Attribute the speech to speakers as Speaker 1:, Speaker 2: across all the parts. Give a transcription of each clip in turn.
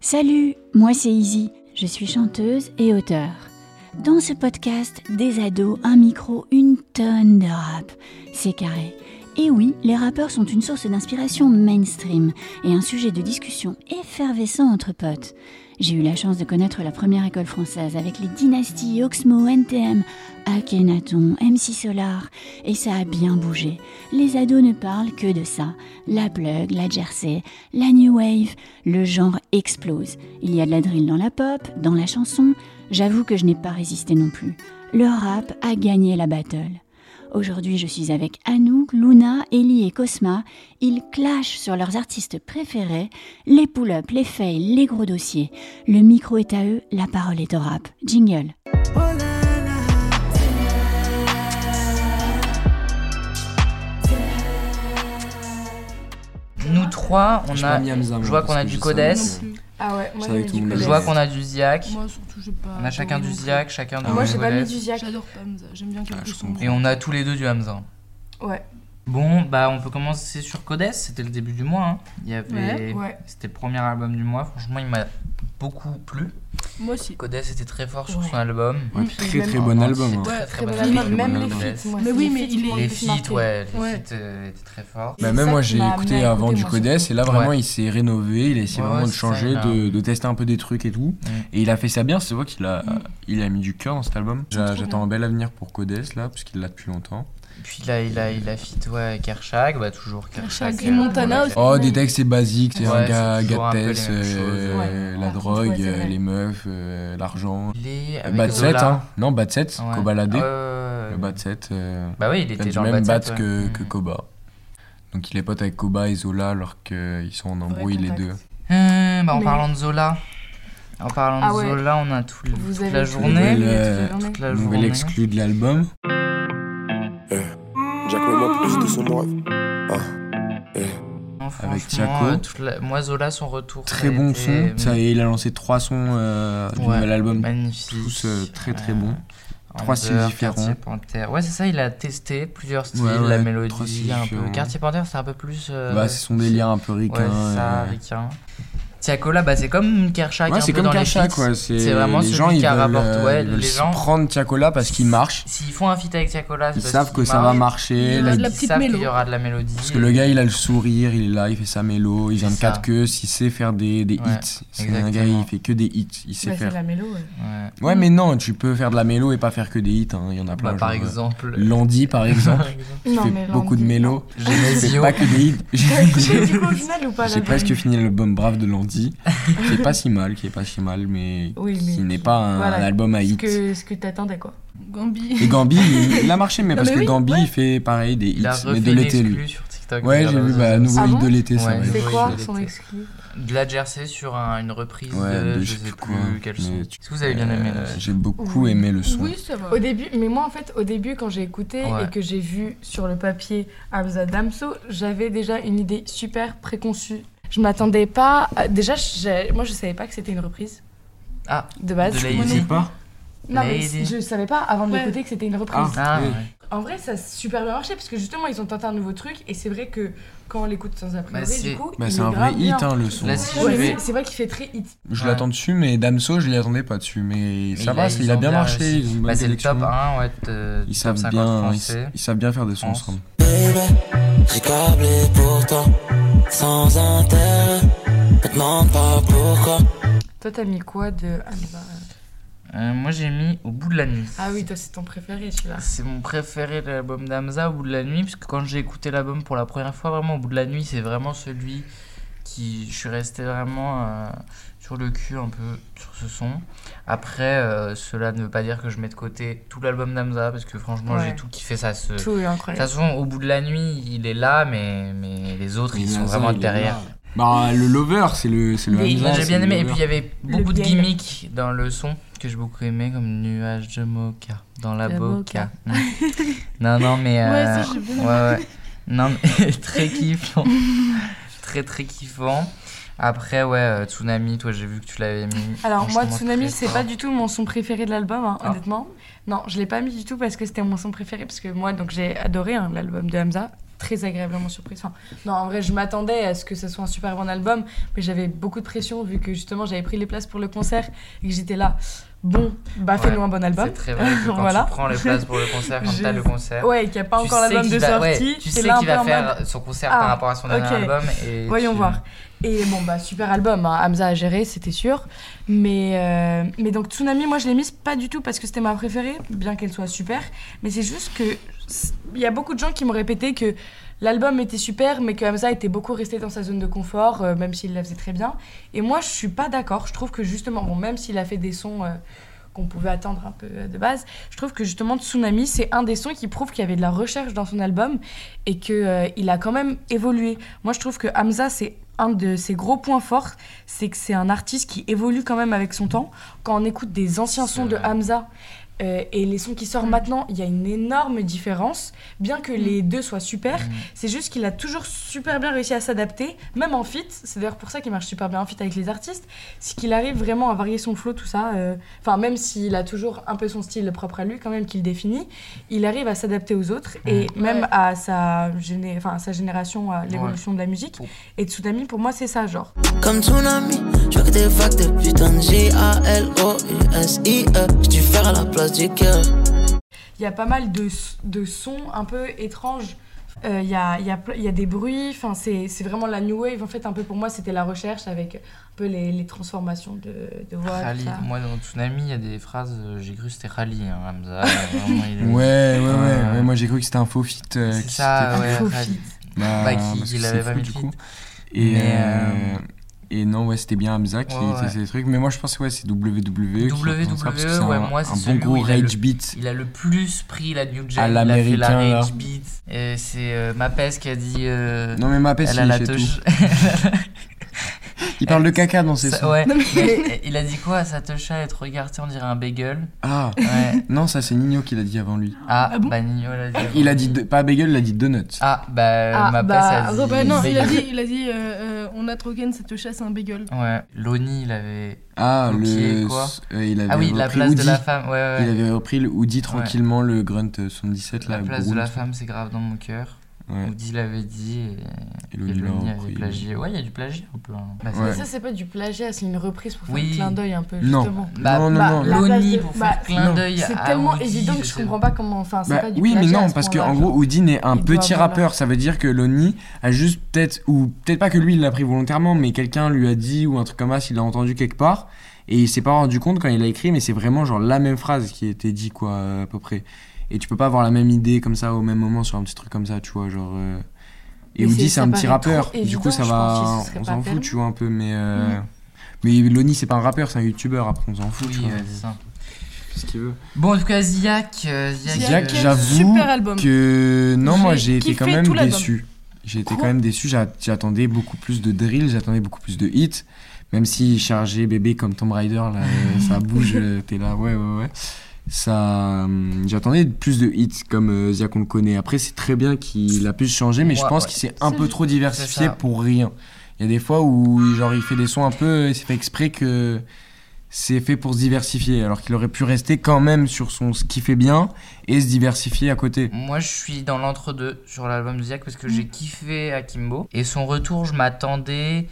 Speaker 1: Salut, moi c'est Izzy, je suis chanteuse et auteure. Dans ce podcast, des ados, un micro, une tonne de rap. C'est carré. Et oui, les rappeurs sont une source d'inspiration mainstream et un sujet de discussion effervescent entre potes. J'ai eu la chance de connaître la première école française avec les dynasties Oxmo, NTM, Akhenaton, MC Solar, et ça a bien bougé. Les ados ne parlent que de ça. La plug, la jersey, la new wave, le genre explose. Il y a de la drill dans la pop, dans la chanson. J'avoue que je n'ai pas résisté non plus. Le rap a gagné la battle. Aujourd'hui, je suis avec Anouk, Luna, Ellie et Cosma. Ils clashent sur leurs artistes préférés, les pull-ups, les fails, les gros dossiers. Le micro est à eux, la parole est au rap. Jingle.
Speaker 2: Nous trois, on
Speaker 3: J'ai
Speaker 2: a.
Speaker 3: pas mis Hamza, moi,
Speaker 2: je vois
Speaker 3: parce
Speaker 2: qu'on a
Speaker 3: que
Speaker 2: du
Speaker 3: je
Speaker 2: Codes.
Speaker 3: savais que-
Speaker 4: Ah ouais, moi
Speaker 3: savais
Speaker 4: j'ai
Speaker 3: que
Speaker 4: mis
Speaker 3: tout
Speaker 4: du
Speaker 3: le monde
Speaker 2: Je
Speaker 3: Codes.
Speaker 2: vois
Speaker 3: Ouais.
Speaker 2: qu'on a du Ziac.
Speaker 5: Moi surtout j'ai pas.
Speaker 2: On a chacun du Ziac, chacun
Speaker 3: Ah,
Speaker 2: d'un
Speaker 4: Moi
Speaker 3: ouais.
Speaker 4: j'ai pas mis du Ziac.
Speaker 5: J'adore pas Hamza, j'aime bien
Speaker 3: Ah,
Speaker 5: quelques
Speaker 3: je
Speaker 5: sons.
Speaker 2: Et on a tous les deux du Hamza.
Speaker 4: Ouais.
Speaker 2: Bon, bah on peut commencer sur Codes, c'était le début du mois. hein. Il y avait...
Speaker 5: Ouais,
Speaker 4: ouais.
Speaker 2: C'était le premier album du mois, franchement il m'a beaucoup plu.
Speaker 5: Moi aussi.
Speaker 2: Codes était très fort sur
Speaker 4: Ouais.
Speaker 2: son album.
Speaker 3: Ouais,
Speaker 4: Mm.
Speaker 3: très
Speaker 4: Même-
Speaker 3: très bon
Speaker 2: Ouais,
Speaker 3: album.
Speaker 2: c'est
Speaker 3: hein.
Speaker 2: très, très
Speaker 5: Ouais, très
Speaker 2: bon
Speaker 5: bon
Speaker 2: album.
Speaker 5: album.
Speaker 4: Même les
Speaker 3: Codes.
Speaker 4: feats, moi.
Speaker 5: Mais
Speaker 4: c'est
Speaker 5: oui,
Speaker 4: les
Speaker 5: mais
Speaker 4: feats
Speaker 5: il
Speaker 4: qui
Speaker 5: est-
Speaker 4: m'ont le
Speaker 2: Les
Speaker 4: plus
Speaker 2: feats,
Speaker 4: marqué.
Speaker 2: ouais, les
Speaker 5: Ouais.
Speaker 2: feats euh, étaient très forts.
Speaker 4: C'est
Speaker 3: Bah, même
Speaker 4: ça
Speaker 3: moi
Speaker 4: qui
Speaker 3: j'ai
Speaker 4: m'a
Speaker 3: écouté
Speaker 4: amené à
Speaker 3: avant
Speaker 4: écouter,
Speaker 3: du
Speaker 4: moi,
Speaker 3: Codes et
Speaker 4: surtout.
Speaker 3: là vraiment
Speaker 2: Ouais.
Speaker 3: il s'est rénové, il a essayé
Speaker 2: Ouais,
Speaker 3: vraiment
Speaker 2: ouais,
Speaker 3: de
Speaker 2: c'est
Speaker 3: changer,
Speaker 2: ça, il a-
Speaker 3: de, de tester un peu des trucs et tout.
Speaker 2: Mm.
Speaker 3: Et il a fait ça bien, c'est vrai qu'il a, il a mis du cœur dans cet album.
Speaker 5: C'est trop
Speaker 3: J'attends un bel avenir pour Codes là, parce qu'il l'a depuis longtemps.
Speaker 2: Puis là il a, il a feat ouais, avec Kershak, bah toujours Kershak. euh,
Speaker 5: Kershak. Et Montana
Speaker 2: ouais.
Speaker 5: aussi.
Speaker 3: Oh, des textes c'est basique, t'es
Speaker 2: Ouais,
Speaker 3: un
Speaker 2: c'est
Speaker 3: gars,
Speaker 2: toujours
Speaker 3: gars
Speaker 2: un
Speaker 3: de
Speaker 2: peu les
Speaker 3: test,
Speaker 2: mêmes
Speaker 3: euh,
Speaker 4: choses. Ouais.
Speaker 3: la
Speaker 4: Ouais,
Speaker 3: drogue,
Speaker 4: c'est vrai.
Speaker 3: euh, les meufs, euh, l'argent.
Speaker 2: Il est avec
Speaker 3: Bad 7,
Speaker 2: Zola.
Speaker 3: hein. Non, Bad 7,
Speaker 2: Ouais. Ah
Speaker 3: Koba Ladé.
Speaker 2: Ouais, ouais, ouais.
Speaker 3: Le Bad 7. euh,
Speaker 2: Bah oui, il
Speaker 3: Il a
Speaker 2: était
Speaker 3: du
Speaker 2: dans le
Speaker 3: même bat
Speaker 2: Bad Set,
Speaker 3: que,
Speaker 2: ouais.
Speaker 3: que
Speaker 2: Mm.
Speaker 3: Koba. Donc il est pote avec Koba et Zola alors qu'ils sont en embrouille les
Speaker 4: contact.
Speaker 3: deux.
Speaker 2: Euh, bah en
Speaker 4: Mais-
Speaker 2: parlant de Zola, en parlant
Speaker 4: Ah
Speaker 2: de
Speaker 4: ouais.
Speaker 2: Zola, on a tout, le-
Speaker 4: Vous
Speaker 2: toute
Speaker 4: avez
Speaker 2: la
Speaker 4: tout
Speaker 2: journée.
Speaker 3: le-
Speaker 4: le-
Speaker 3: toute
Speaker 2: Toute la
Speaker 3: Nouvelle
Speaker 2: journée.
Speaker 3: exclue de l'album.
Speaker 6: Jack moi plus de son rêve.
Speaker 2: Non,
Speaker 3: avec
Speaker 2: franchement,
Speaker 3: Jaco.
Speaker 2: euh, toute la- Moi, Zola, son retour. ça
Speaker 3: Très
Speaker 2: a
Speaker 3: bon
Speaker 2: été,
Speaker 3: son.
Speaker 2: euh,
Speaker 3: Ça, il a lancé trois sons euh, du
Speaker 2: Ouais.
Speaker 3: nouvel album.
Speaker 2: Magnifique.
Speaker 3: Tous euh, très très
Speaker 2: Euh,
Speaker 3: bons. Trois styles
Speaker 2: Under,
Speaker 3: différents.
Speaker 2: Quartier Panthère. Ouais, c'est ça, il a testé plusieurs styles,
Speaker 3: Ouais, ouais,
Speaker 2: la
Speaker 3: trois
Speaker 2: mélodie,
Speaker 3: styles
Speaker 2: un peu.
Speaker 3: différents.
Speaker 2: Quartier Panthère, c'est un peu plus. euh,
Speaker 3: Bah, c'est son délire un peu
Speaker 2: Ouais,
Speaker 3: ricain.
Speaker 2: c'est ça,
Speaker 3: euh.
Speaker 2: ricain. Tiako, là, bah, c'est comme Kershak.
Speaker 3: Ouais,
Speaker 2: un
Speaker 3: c'est
Speaker 2: peu
Speaker 3: comme
Speaker 2: dans les
Speaker 3: Kacha
Speaker 2: feats.
Speaker 3: quoi.
Speaker 2: C'est vraiment
Speaker 3: les
Speaker 2: celui
Speaker 3: gens, ils
Speaker 2: qui a
Speaker 3: veulent,
Speaker 2: rapporté-
Speaker 3: euh,
Speaker 2: ouais,
Speaker 3: ils veulent
Speaker 2: les gens-
Speaker 3: prendre Tiakola parce qu'il marche.
Speaker 2: S'ils font un feat avec Tiako, là, c'est
Speaker 3: Ils
Speaker 2: parce
Speaker 3: savent
Speaker 2: qu'il
Speaker 3: que ça va
Speaker 2: marche.
Speaker 3: marcher.
Speaker 5: Il y
Speaker 3: la-
Speaker 5: a de la
Speaker 2: Ils
Speaker 5: petite
Speaker 2: savent qu'il y
Speaker 5: mélo.
Speaker 2: aura de la mélodie.
Speaker 3: Parce que le gars, il a le sourire, il est là, il fait sa mélo, il vient de
Speaker 2: C'est ça.
Speaker 3: 4 queues, il sait faire des, des
Speaker 2: Ouais,
Speaker 3: hits. C'est un
Speaker 2: exactement.
Speaker 3: gars, il fait que des hits, il sait
Speaker 4: Bah, c'est
Speaker 3: faire.
Speaker 4: la mélo, ouais.
Speaker 2: Ouais.
Speaker 4: Mm.
Speaker 3: Ouais, mais non, tu peux faire de la mélo et pas faire que des hits, hein, il y en a plein.
Speaker 2: Bah, par
Speaker 3: genre, euh,
Speaker 2: exemple.
Speaker 3: Landy, par exemple, qui
Speaker 4: Non,
Speaker 3: fait
Speaker 4: mais
Speaker 3: beaucoup de
Speaker 4: Landy,
Speaker 3: mélo, qui fait
Speaker 2: Genesio.
Speaker 3: pas que des hits.
Speaker 4: J'ai dit quoi au final ou pas
Speaker 3: J'ai
Speaker 4: la
Speaker 3: presque
Speaker 4: vérité
Speaker 3: fini l'album Brave de Landy, qui est pas si mal, qui est pas si mal, mais
Speaker 4: Oui, mais
Speaker 3: qui n'est pas un,
Speaker 4: voilà,
Speaker 3: un album à
Speaker 4: ce
Speaker 3: hits.
Speaker 4: que, ce que t'attendais quoi.
Speaker 3: Et
Speaker 5: Gambi.
Speaker 3: Gambi, il, il a marché, mais
Speaker 4: Non,
Speaker 3: parce
Speaker 4: mais
Speaker 3: que
Speaker 4: oui,
Speaker 3: Gambi,
Speaker 4: ouais.
Speaker 3: il fait pareil, des hits,
Speaker 2: Il a
Speaker 3: mais
Speaker 2: refait
Speaker 3: de
Speaker 2: une
Speaker 3: l'été, lui.
Speaker 2: exclue sur TikTok.
Speaker 3: Ouais,
Speaker 2: il a
Speaker 3: j'ai vu,
Speaker 2: refait
Speaker 3: bah,
Speaker 2: une
Speaker 3: nouveau
Speaker 4: Ah
Speaker 3: hit
Speaker 4: bon
Speaker 3: de l'été, ça
Speaker 2: Ouais,
Speaker 3: va.
Speaker 2: nouveau
Speaker 4: C'est
Speaker 2: oui,
Speaker 4: quoi
Speaker 2: je
Speaker 4: son
Speaker 2: l'étais.
Speaker 4: exclu
Speaker 2: De la Jersey sur un- une reprise
Speaker 3: Ouais,
Speaker 2: de,
Speaker 3: de
Speaker 2: je
Speaker 3: je sais
Speaker 2: sais
Speaker 3: quoi,
Speaker 2: plus quel son.
Speaker 3: mais tu-
Speaker 2: Est-ce que vous avez bien aimé
Speaker 3: Euh,
Speaker 2: là
Speaker 3: J'ai beaucoup
Speaker 4: Oui.
Speaker 3: aimé le son.
Speaker 5: Oui, ça va.
Speaker 4: Au début, mais moi en fait, au début, quand j'ai écouté
Speaker 2: Ouais.
Speaker 4: et que j'ai vu sur le papier Hamza Damso, j'avais déjà une idée super préconçue. Je m'attendais pas. à- Déjà, j'ai- moi je savais pas que c'était une reprise.
Speaker 2: Ah,
Speaker 4: de base.
Speaker 2: de
Speaker 4: je
Speaker 2: Lazy.
Speaker 4: connais-
Speaker 3: pas
Speaker 4: Non, mais
Speaker 2: Lazy.
Speaker 4: je savais pas avant de
Speaker 5: Ouais.
Speaker 4: l'écouter que c'était une reprise.
Speaker 2: Ah,
Speaker 3: Oui.
Speaker 2: ouais.
Speaker 4: En vrai, ça a super bien marché parce que justement, ils ont tenté un nouveau truc et c'est vrai que quand on l'écoute sans a
Speaker 2: Bah,
Speaker 4: priori,
Speaker 2: c'est-
Speaker 4: du coup,
Speaker 3: Bah,
Speaker 4: il
Speaker 3: c'est
Speaker 4: est
Speaker 3: un vrai
Speaker 4: grave
Speaker 3: hit,
Speaker 4: bien.
Speaker 3: hein, le son.
Speaker 2: Là, si
Speaker 4: Ouais,
Speaker 2: je
Speaker 4: mais
Speaker 2: vais.
Speaker 4: c'est- c'est vrai qu'il fait très hit.
Speaker 3: Je
Speaker 2: Ouais.
Speaker 3: l'attends dessus, mais Damso, je l'y attendais pas dessus. Mais,
Speaker 2: Mais
Speaker 3: ça va,
Speaker 2: ils
Speaker 3: il a
Speaker 2: ont
Speaker 3: bien marché.
Speaker 2: réussi.
Speaker 3: Ils ont une bonne
Speaker 2: Bah, c'est le
Speaker 3: sélection.
Speaker 2: top 1, ouais. de-
Speaker 3: Ils
Speaker 2: top
Speaker 3: savent
Speaker 2: 50
Speaker 3: bien, ils,
Speaker 2: français.
Speaker 3: ils savent bien faire des sons
Speaker 2: France.
Speaker 3: ensemble.
Speaker 7: J'ai câblé pour toi, sans intérêt. Ne demande pas pourquoi.
Speaker 4: Toi, t'as mis quoi de Hamza
Speaker 2: Euh, Moi, j'ai mis Au bout de la nuit.
Speaker 4: Ah oui, toi, c'est ton préféré celui-là.
Speaker 2: C'est mon préféré de l'album d'Amza, Au bout de la nuit, puisque quand j'ai écouté l'album pour la première fois, vraiment, Au bout de la nuit, c'est vraiment celui qui. Je suis resté vraiment euh, sur le cul un peu sur ce son. Après, euh, cela ne veut pas dire que je mets de côté tout l'album d'Amza, parce que franchement,
Speaker 4: Ouais.
Speaker 2: j'ai tout kiffé. Ça se.
Speaker 4: Tout est
Speaker 2: De toute
Speaker 4: incroyable.
Speaker 2: façon, au bout de la nuit, il est là, mais, mais les autres, ils sont vraiment derrière.
Speaker 3: Bah, le lover, c'est le, c'est le
Speaker 4: Mais
Speaker 3: Hamza,
Speaker 2: Moi, j'ai
Speaker 3: c'est
Speaker 2: bien
Speaker 3: le
Speaker 2: aimé. Et
Speaker 3: lover.
Speaker 2: puis, il y avait
Speaker 4: Le
Speaker 2: beaucoup de
Speaker 4: miel.
Speaker 2: gimmicks dans le son que j'ai beaucoup aimé, comme nuage de mocha dans la
Speaker 4: La
Speaker 2: boca. Mm. non, non, mais.
Speaker 5: Ouais, ça
Speaker 2: euh,
Speaker 5: j'ai bien
Speaker 2: Ouais,
Speaker 5: aimé.
Speaker 2: ouais. Non, mais très kiffant. très, très kiffant. Après, ouais, euh, Tsunami, toi, j'ai vu que tu l'avais mis.
Speaker 4: Alors, moi,
Speaker 2: Franchement,
Speaker 4: Tsunami,
Speaker 2: très
Speaker 4: c'est
Speaker 2: fort.
Speaker 4: pas du tout mon son préféré de l'album, hein,
Speaker 2: Ah.
Speaker 4: honnêtement. Non, je l'ai pas mis du tout parce que c'était mon son préféré. Parce que moi, donc j'ai adoré hein, l'album de Hamza. très agréablement surprise. Enfin, non, en vrai, je m'attendais à ce que ce soit un super bon album, mais j'avais beaucoup de pression vu que justement j'avais pris les places pour le concert et que j'étais là. Bon, bah fais-nous
Speaker 2: Ouais,
Speaker 4: un bon album.
Speaker 2: C'est très vrai que quand
Speaker 4: Voilà.
Speaker 2: tu prends les places pour le concert, quand
Speaker 4: Je-
Speaker 2: t'as le concert,
Speaker 4: Ouais, et qu'il n'y a pas
Speaker 2: tu
Speaker 4: encore
Speaker 2: sais
Speaker 4: l'album
Speaker 2: qu'il
Speaker 4: de
Speaker 2: va- ouais,
Speaker 4: sortie.
Speaker 2: tu
Speaker 4: t'es
Speaker 2: sais
Speaker 4: là un
Speaker 2: qu'il
Speaker 4: peu
Speaker 2: va
Speaker 4: en mode-
Speaker 2: faire son concert
Speaker 4: Ah,
Speaker 2: par rapport à son dernier
Speaker 4: ok.
Speaker 2: album. Et
Speaker 4: Voyons
Speaker 2: tu-
Speaker 4: voir. Et bon, bah, super album, hein. Hamza a géré, c'était sûr. Mais, euh, mais donc, Tsunami, moi, je l'ai mise pas du tout parce que c'était ma préférée, bien qu'elle soit super. Mais c'est juste que. c'est- Il y a beaucoup de gens qui m'ont répété que l'album était super, mais que Hamza était beaucoup resté dans sa zone de confort, euh, même s'il la faisait très bien. Et moi, je suis pas d'accord. Je trouve que justement, bon, même s'il a fait des sons. euh, qu'on pouvait attendre un peu euh, de base. Je trouve que justement Tsunami, c'est un des sons qui prouve qu'il y avait de la recherche dans son album et que euh, il a quand même évolué. Moi, je trouve que Hamza, c'est un de ses gros points forts, c'est que c'est un artiste qui évolue quand même avec son temps. Quand on écoute des anciens
Speaker 2: C'est
Speaker 4: sons de
Speaker 2: vrai.
Speaker 4: Hamza euh, et les sons qui sortent maintenant, il y a une énorme différence. Bien que les deux soient super,
Speaker 2: Mhm.
Speaker 4: c'est juste qu'il a toujours super bien réussi à s'adapter, même en fit. C'est d'ailleurs pour ça qu'il marche super bien en fit avec les artistes. C'est qu'il arrive vraiment à varier son flow, tout ça. euh, Enfin, même s'il a toujours un peu son style propre à lui, quand même, qu'il définit, il arrive à s'adapter aux autres et même
Speaker 5: Ouais.
Speaker 4: à, sa géné- enfin, à sa génération, à l'évolution de la musique.
Speaker 2: Pour-
Speaker 4: Et Tsunami, pour moi, c'est ça, genre.
Speaker 7: Comme tsunami, je vois que des vagues de putain de J-A-L-O-U-S-I-E. J'dû E. faire à la place du cœur.
Speaker 4: il y a pas mal de, de sons un peu étranges. Euh, Il y, a, il y, a, ple- il y a des bruits, enfin, c'est c'est vraiment la new wave. En fait, un peu pour moi, c'était la recherche avec un peu les, les transformations de, de voix. tout
Speaker 2: Rally.
Speaker 4: ça.
Speaker 2: Moi, dans Tsunami, il y a des phrases, euh, j'ai cru que c'était Rally, hein, Hamza. Vraiment, il est-
Speaker 3: Ouais, ouais, ouais,
Speaker 2: Euh,
Speaker 3: ouais, Moi j'ai cru que c'était un faux fit. euh,
Speaker 2: C'est
Speaker 3: qui
Speaker 2: ça,
Speaker 3: s'était-
Speaker 2: ouais,
Speaker 4: Faux
Speaker 2: Rally.
Speaker 3: Bah,
Speaker 2: Bah, qui-
Speaker 3: parce
Speaker 2: il
Speaker 3: que
Speaker 2: avait
Speaker 3: c'est
Speaker 2: pas
Speaker 3: faux,
Speaker 2: mis
Speaker 3: du
Speaker 2: de
Speaker 3: coup.
Speaker 2: fit.
Speaker 3: Et,
Speaker 2: Mais,
Speaker 3: euh, et non, ouais, c'était bien Hamza qui
Speaker 2: Ouais, ouais.
Speaker 3: était ces trucs. Mais moi je pense ouais, c'est WWE. qui a fait ça, parce que c'est
Speaker 2: WWE, ouais,
Speaker 3: un,
Speaker 2: moi, c'est
Speaker 3: un bon
Speaker 2: celui où
Speaker 3: gros
Speaker 2: il a le-
Speaker 3: rage beat.
Speaker 2: Il a le plus pris la New Jack, il
Speaker 3: À
Speaker 2: a fait la
Speaker 3: l'américain, là.
Speaker 2: Rage Beat. Et C'est euh, Mapes qui a dit. euh,
Speaker 3: Non mais ma peste,
Speaker 2: elle a
Speaker 3: il
Speaker 2: la
Speaker 3: fait tout.
Speaker 2: touche.
Speaker 3: Il parle de caca dans ses
Speaker 2: Ça-
Speaker 3: sons.
Speaker 2: ouais. Mais il a dit quoi Sa tocha est trop écartée, on dirait un bagel.
Speaker 3: Ah,
Speaker 2: Ouais.
Speaker 3: non, ça c'est Nino qui l'a dit avant lui.
Speaker 2: Ah,
Speaker 5: Ah bon
Speaker 2: bah Nino l'a dit.
Speaker 3: Il a dit de- pas bagel, il a dit donuts.
Speaker 2: Ah, bah
Speaker 4: Ah,
Speaker 2: Mapes
Speaker 4: bah,
Speaker 2: a dit.
Speaker 5: Robin, non, il a
Speaker 2: bagel.
Speaker 5: dit, il a dit euh, euh, on a troqué cette chasse à un bagel.
Speaker 2: Ouais, Loni, il avait.
Speaker 3: Ah,
Speaker 2: Ok,
Speaker 3: le.
Speaker 2: quoi
Speaker 3: euh, il avait
Speaker 2: Ah oui, la
Speaker 3: repris
Speaker 2: place de
Speaker 3: Woody.
Speaker 2: la femme. Ouais, ouais.
Speaker 3: Il avait repris le Woody tranquillement, le Grunt euh, 77 là.
Speaker 2: La place de
Speaker 3: Grunt.
Speaker 2: la femme, c'est grave dans mon cœur.
Speaker 3: Ouais.
Speaker 2: Woody l'avait dit
Speaker 3: Et
Speaker 2: et,
Speaker 3: Loni
Speaker 2: et
Speaker 3: l'a
Speaker 2: Loni avait
Speaker 3: repris.
Speaker 2: plagié. Ouais, il y a du plagiat un peu. hein. Bah, c'est-
Speaker 3: Ouais.
Speaker 4: Mais ça, c'est pas du plagiat, c'est une reprise pour faire
Speaker 2: Oui.
Speaker 4: un clin d'œil un peu,
Speaker 3: Non.
Speaker 4: justement.
Speaker 2: Bah,
Speaker 3: euh. non, non,
Speaker 4: bah,
Speaker 3: non.
Speaker 4: la place
Speaker 2: Loni
Speaker 4: de-
Speaker 2: pour
Speaker 4: bah,
Speaker 2: faire clin
Speaker 3: non.
Speaker 2: d'œil
Speaker 4: C'est
Speaker 2: à
Speaker 4: tellement
Speaker 2: Woody,
Speaker 4: évident que je
Speaker 2: sais
Speaker 4: comprends pas comment. Enfin, Ah, c'est
Speaker 3: Bah,
Speaker 4: pas du
Speaker 3: oui, mais
Speaker 4: plagiat à
Speaker 3: non,
Speaker 4: ce
Speaker 3: parce que
Speaker 4: point-là,
Speaker 3: en
Speaker 4: genre.
Speaker 3: gros, Woody n'est un
Speaker 4: Il doit
Speaker 3: petit
Speaker 4: avoir
Speaker 3: rappeur. Ça veut dire que Loni a juste peut-être, ou peut-être pas que lui il l'a pris volontairement, mais quelqu'un lui a dit ou un truc comme ça, s'il l'a entendu quelque part. Et il s'est pas rendu compte quand il a écrit, mais c'est vraiment genre la même phrase qui était dit, quoi, euh, à peu près. Et tu peux pas avoir la même idée comme ça au même moment sur un petit truc comme ça, tu vois, genre. euh, Et
Speaker 4: Mais
Speaker 3: Woody,
Speaker 4: c'est-
Speaker 3: c'est
Speaker 4: ça
Speaker 3: un petit
Speaker 4: paraît
Speaker 3: rappeur,
Speaker 4: trop
Speaker 3: du coup,
Speaker 4: évident,
Speaker 3: ça
Speaker 4: je
Speaker 3: va.
Speaker 4: pense qu'il se serait
Speaker 3: On
Speaker 4: pas
Speaker 3: s'en fout,
Speaker 4: permis. Mm.
Speaker 3: tu vois, un peu, mais. euh, Mais Loni, c'est pas un rappeur, c'est un youtubeur, après, on s'en fout, tu
Speaker 2: Oui,
Speaker 3: vois.
Speaker 2: euh, c'est ça.
Speaker 3: ce qu'il veut.
Speaker 2: Bon, en tout cas, Ziak. euh, Ziak,
Speaker 3: Ziak,
Speaker 2: euh,
Speaker 5: quel
Speaker 3: j'avoue
Speaker 5: Super album.
Speaker 3: que non
Speaker 5: J'ai
Speaker 3: moi j'ai été
Speaker 5: kiffé
Speaker 3: quand même
Speaker 5: tout l'album.
Speaker 3: déçu j'ai été
Speaker 5: Quoi
Speaker 3: quand même déçu j'a- j'attendais beaucoup plus de drill j'attendais beaucoup plus de hits même si chargé bébé comme Tomb Raider là euh, ça bouge euh, t'es là ouais ouais ouais ça hum, j'attendais plus de hits comme euh, Zia qu'on le connaît après c'est très bien qu'il a pu se changer mais je
Speaker 2: Ouais,
Speaker 3: pense
Speaker 2: ouais.
Speaker 3: qu'il s'est un
Speaker 5: C'est
Speaker 3: peu
Speaker 5: ju-
Speaker 3: trop
Speaker 2: c'est
Speaker 3: diversifié
Speaker 2: ça.
Speaker 3: pour rien il y a des fois où genre il fait des sons un peu euh, c'est fait exprès que c'est fait pour se diversifier alors qu'il aurait pu rester quand même sur son ce qu'il fait bien et se diversifier à côté
Speaker 4: Mmh.
Speaker 2: Moi, je suis dans l'entre-deux sur l'album de Ziak parce que j'ai kiffé Akimbo. Et son retour, je m'attendais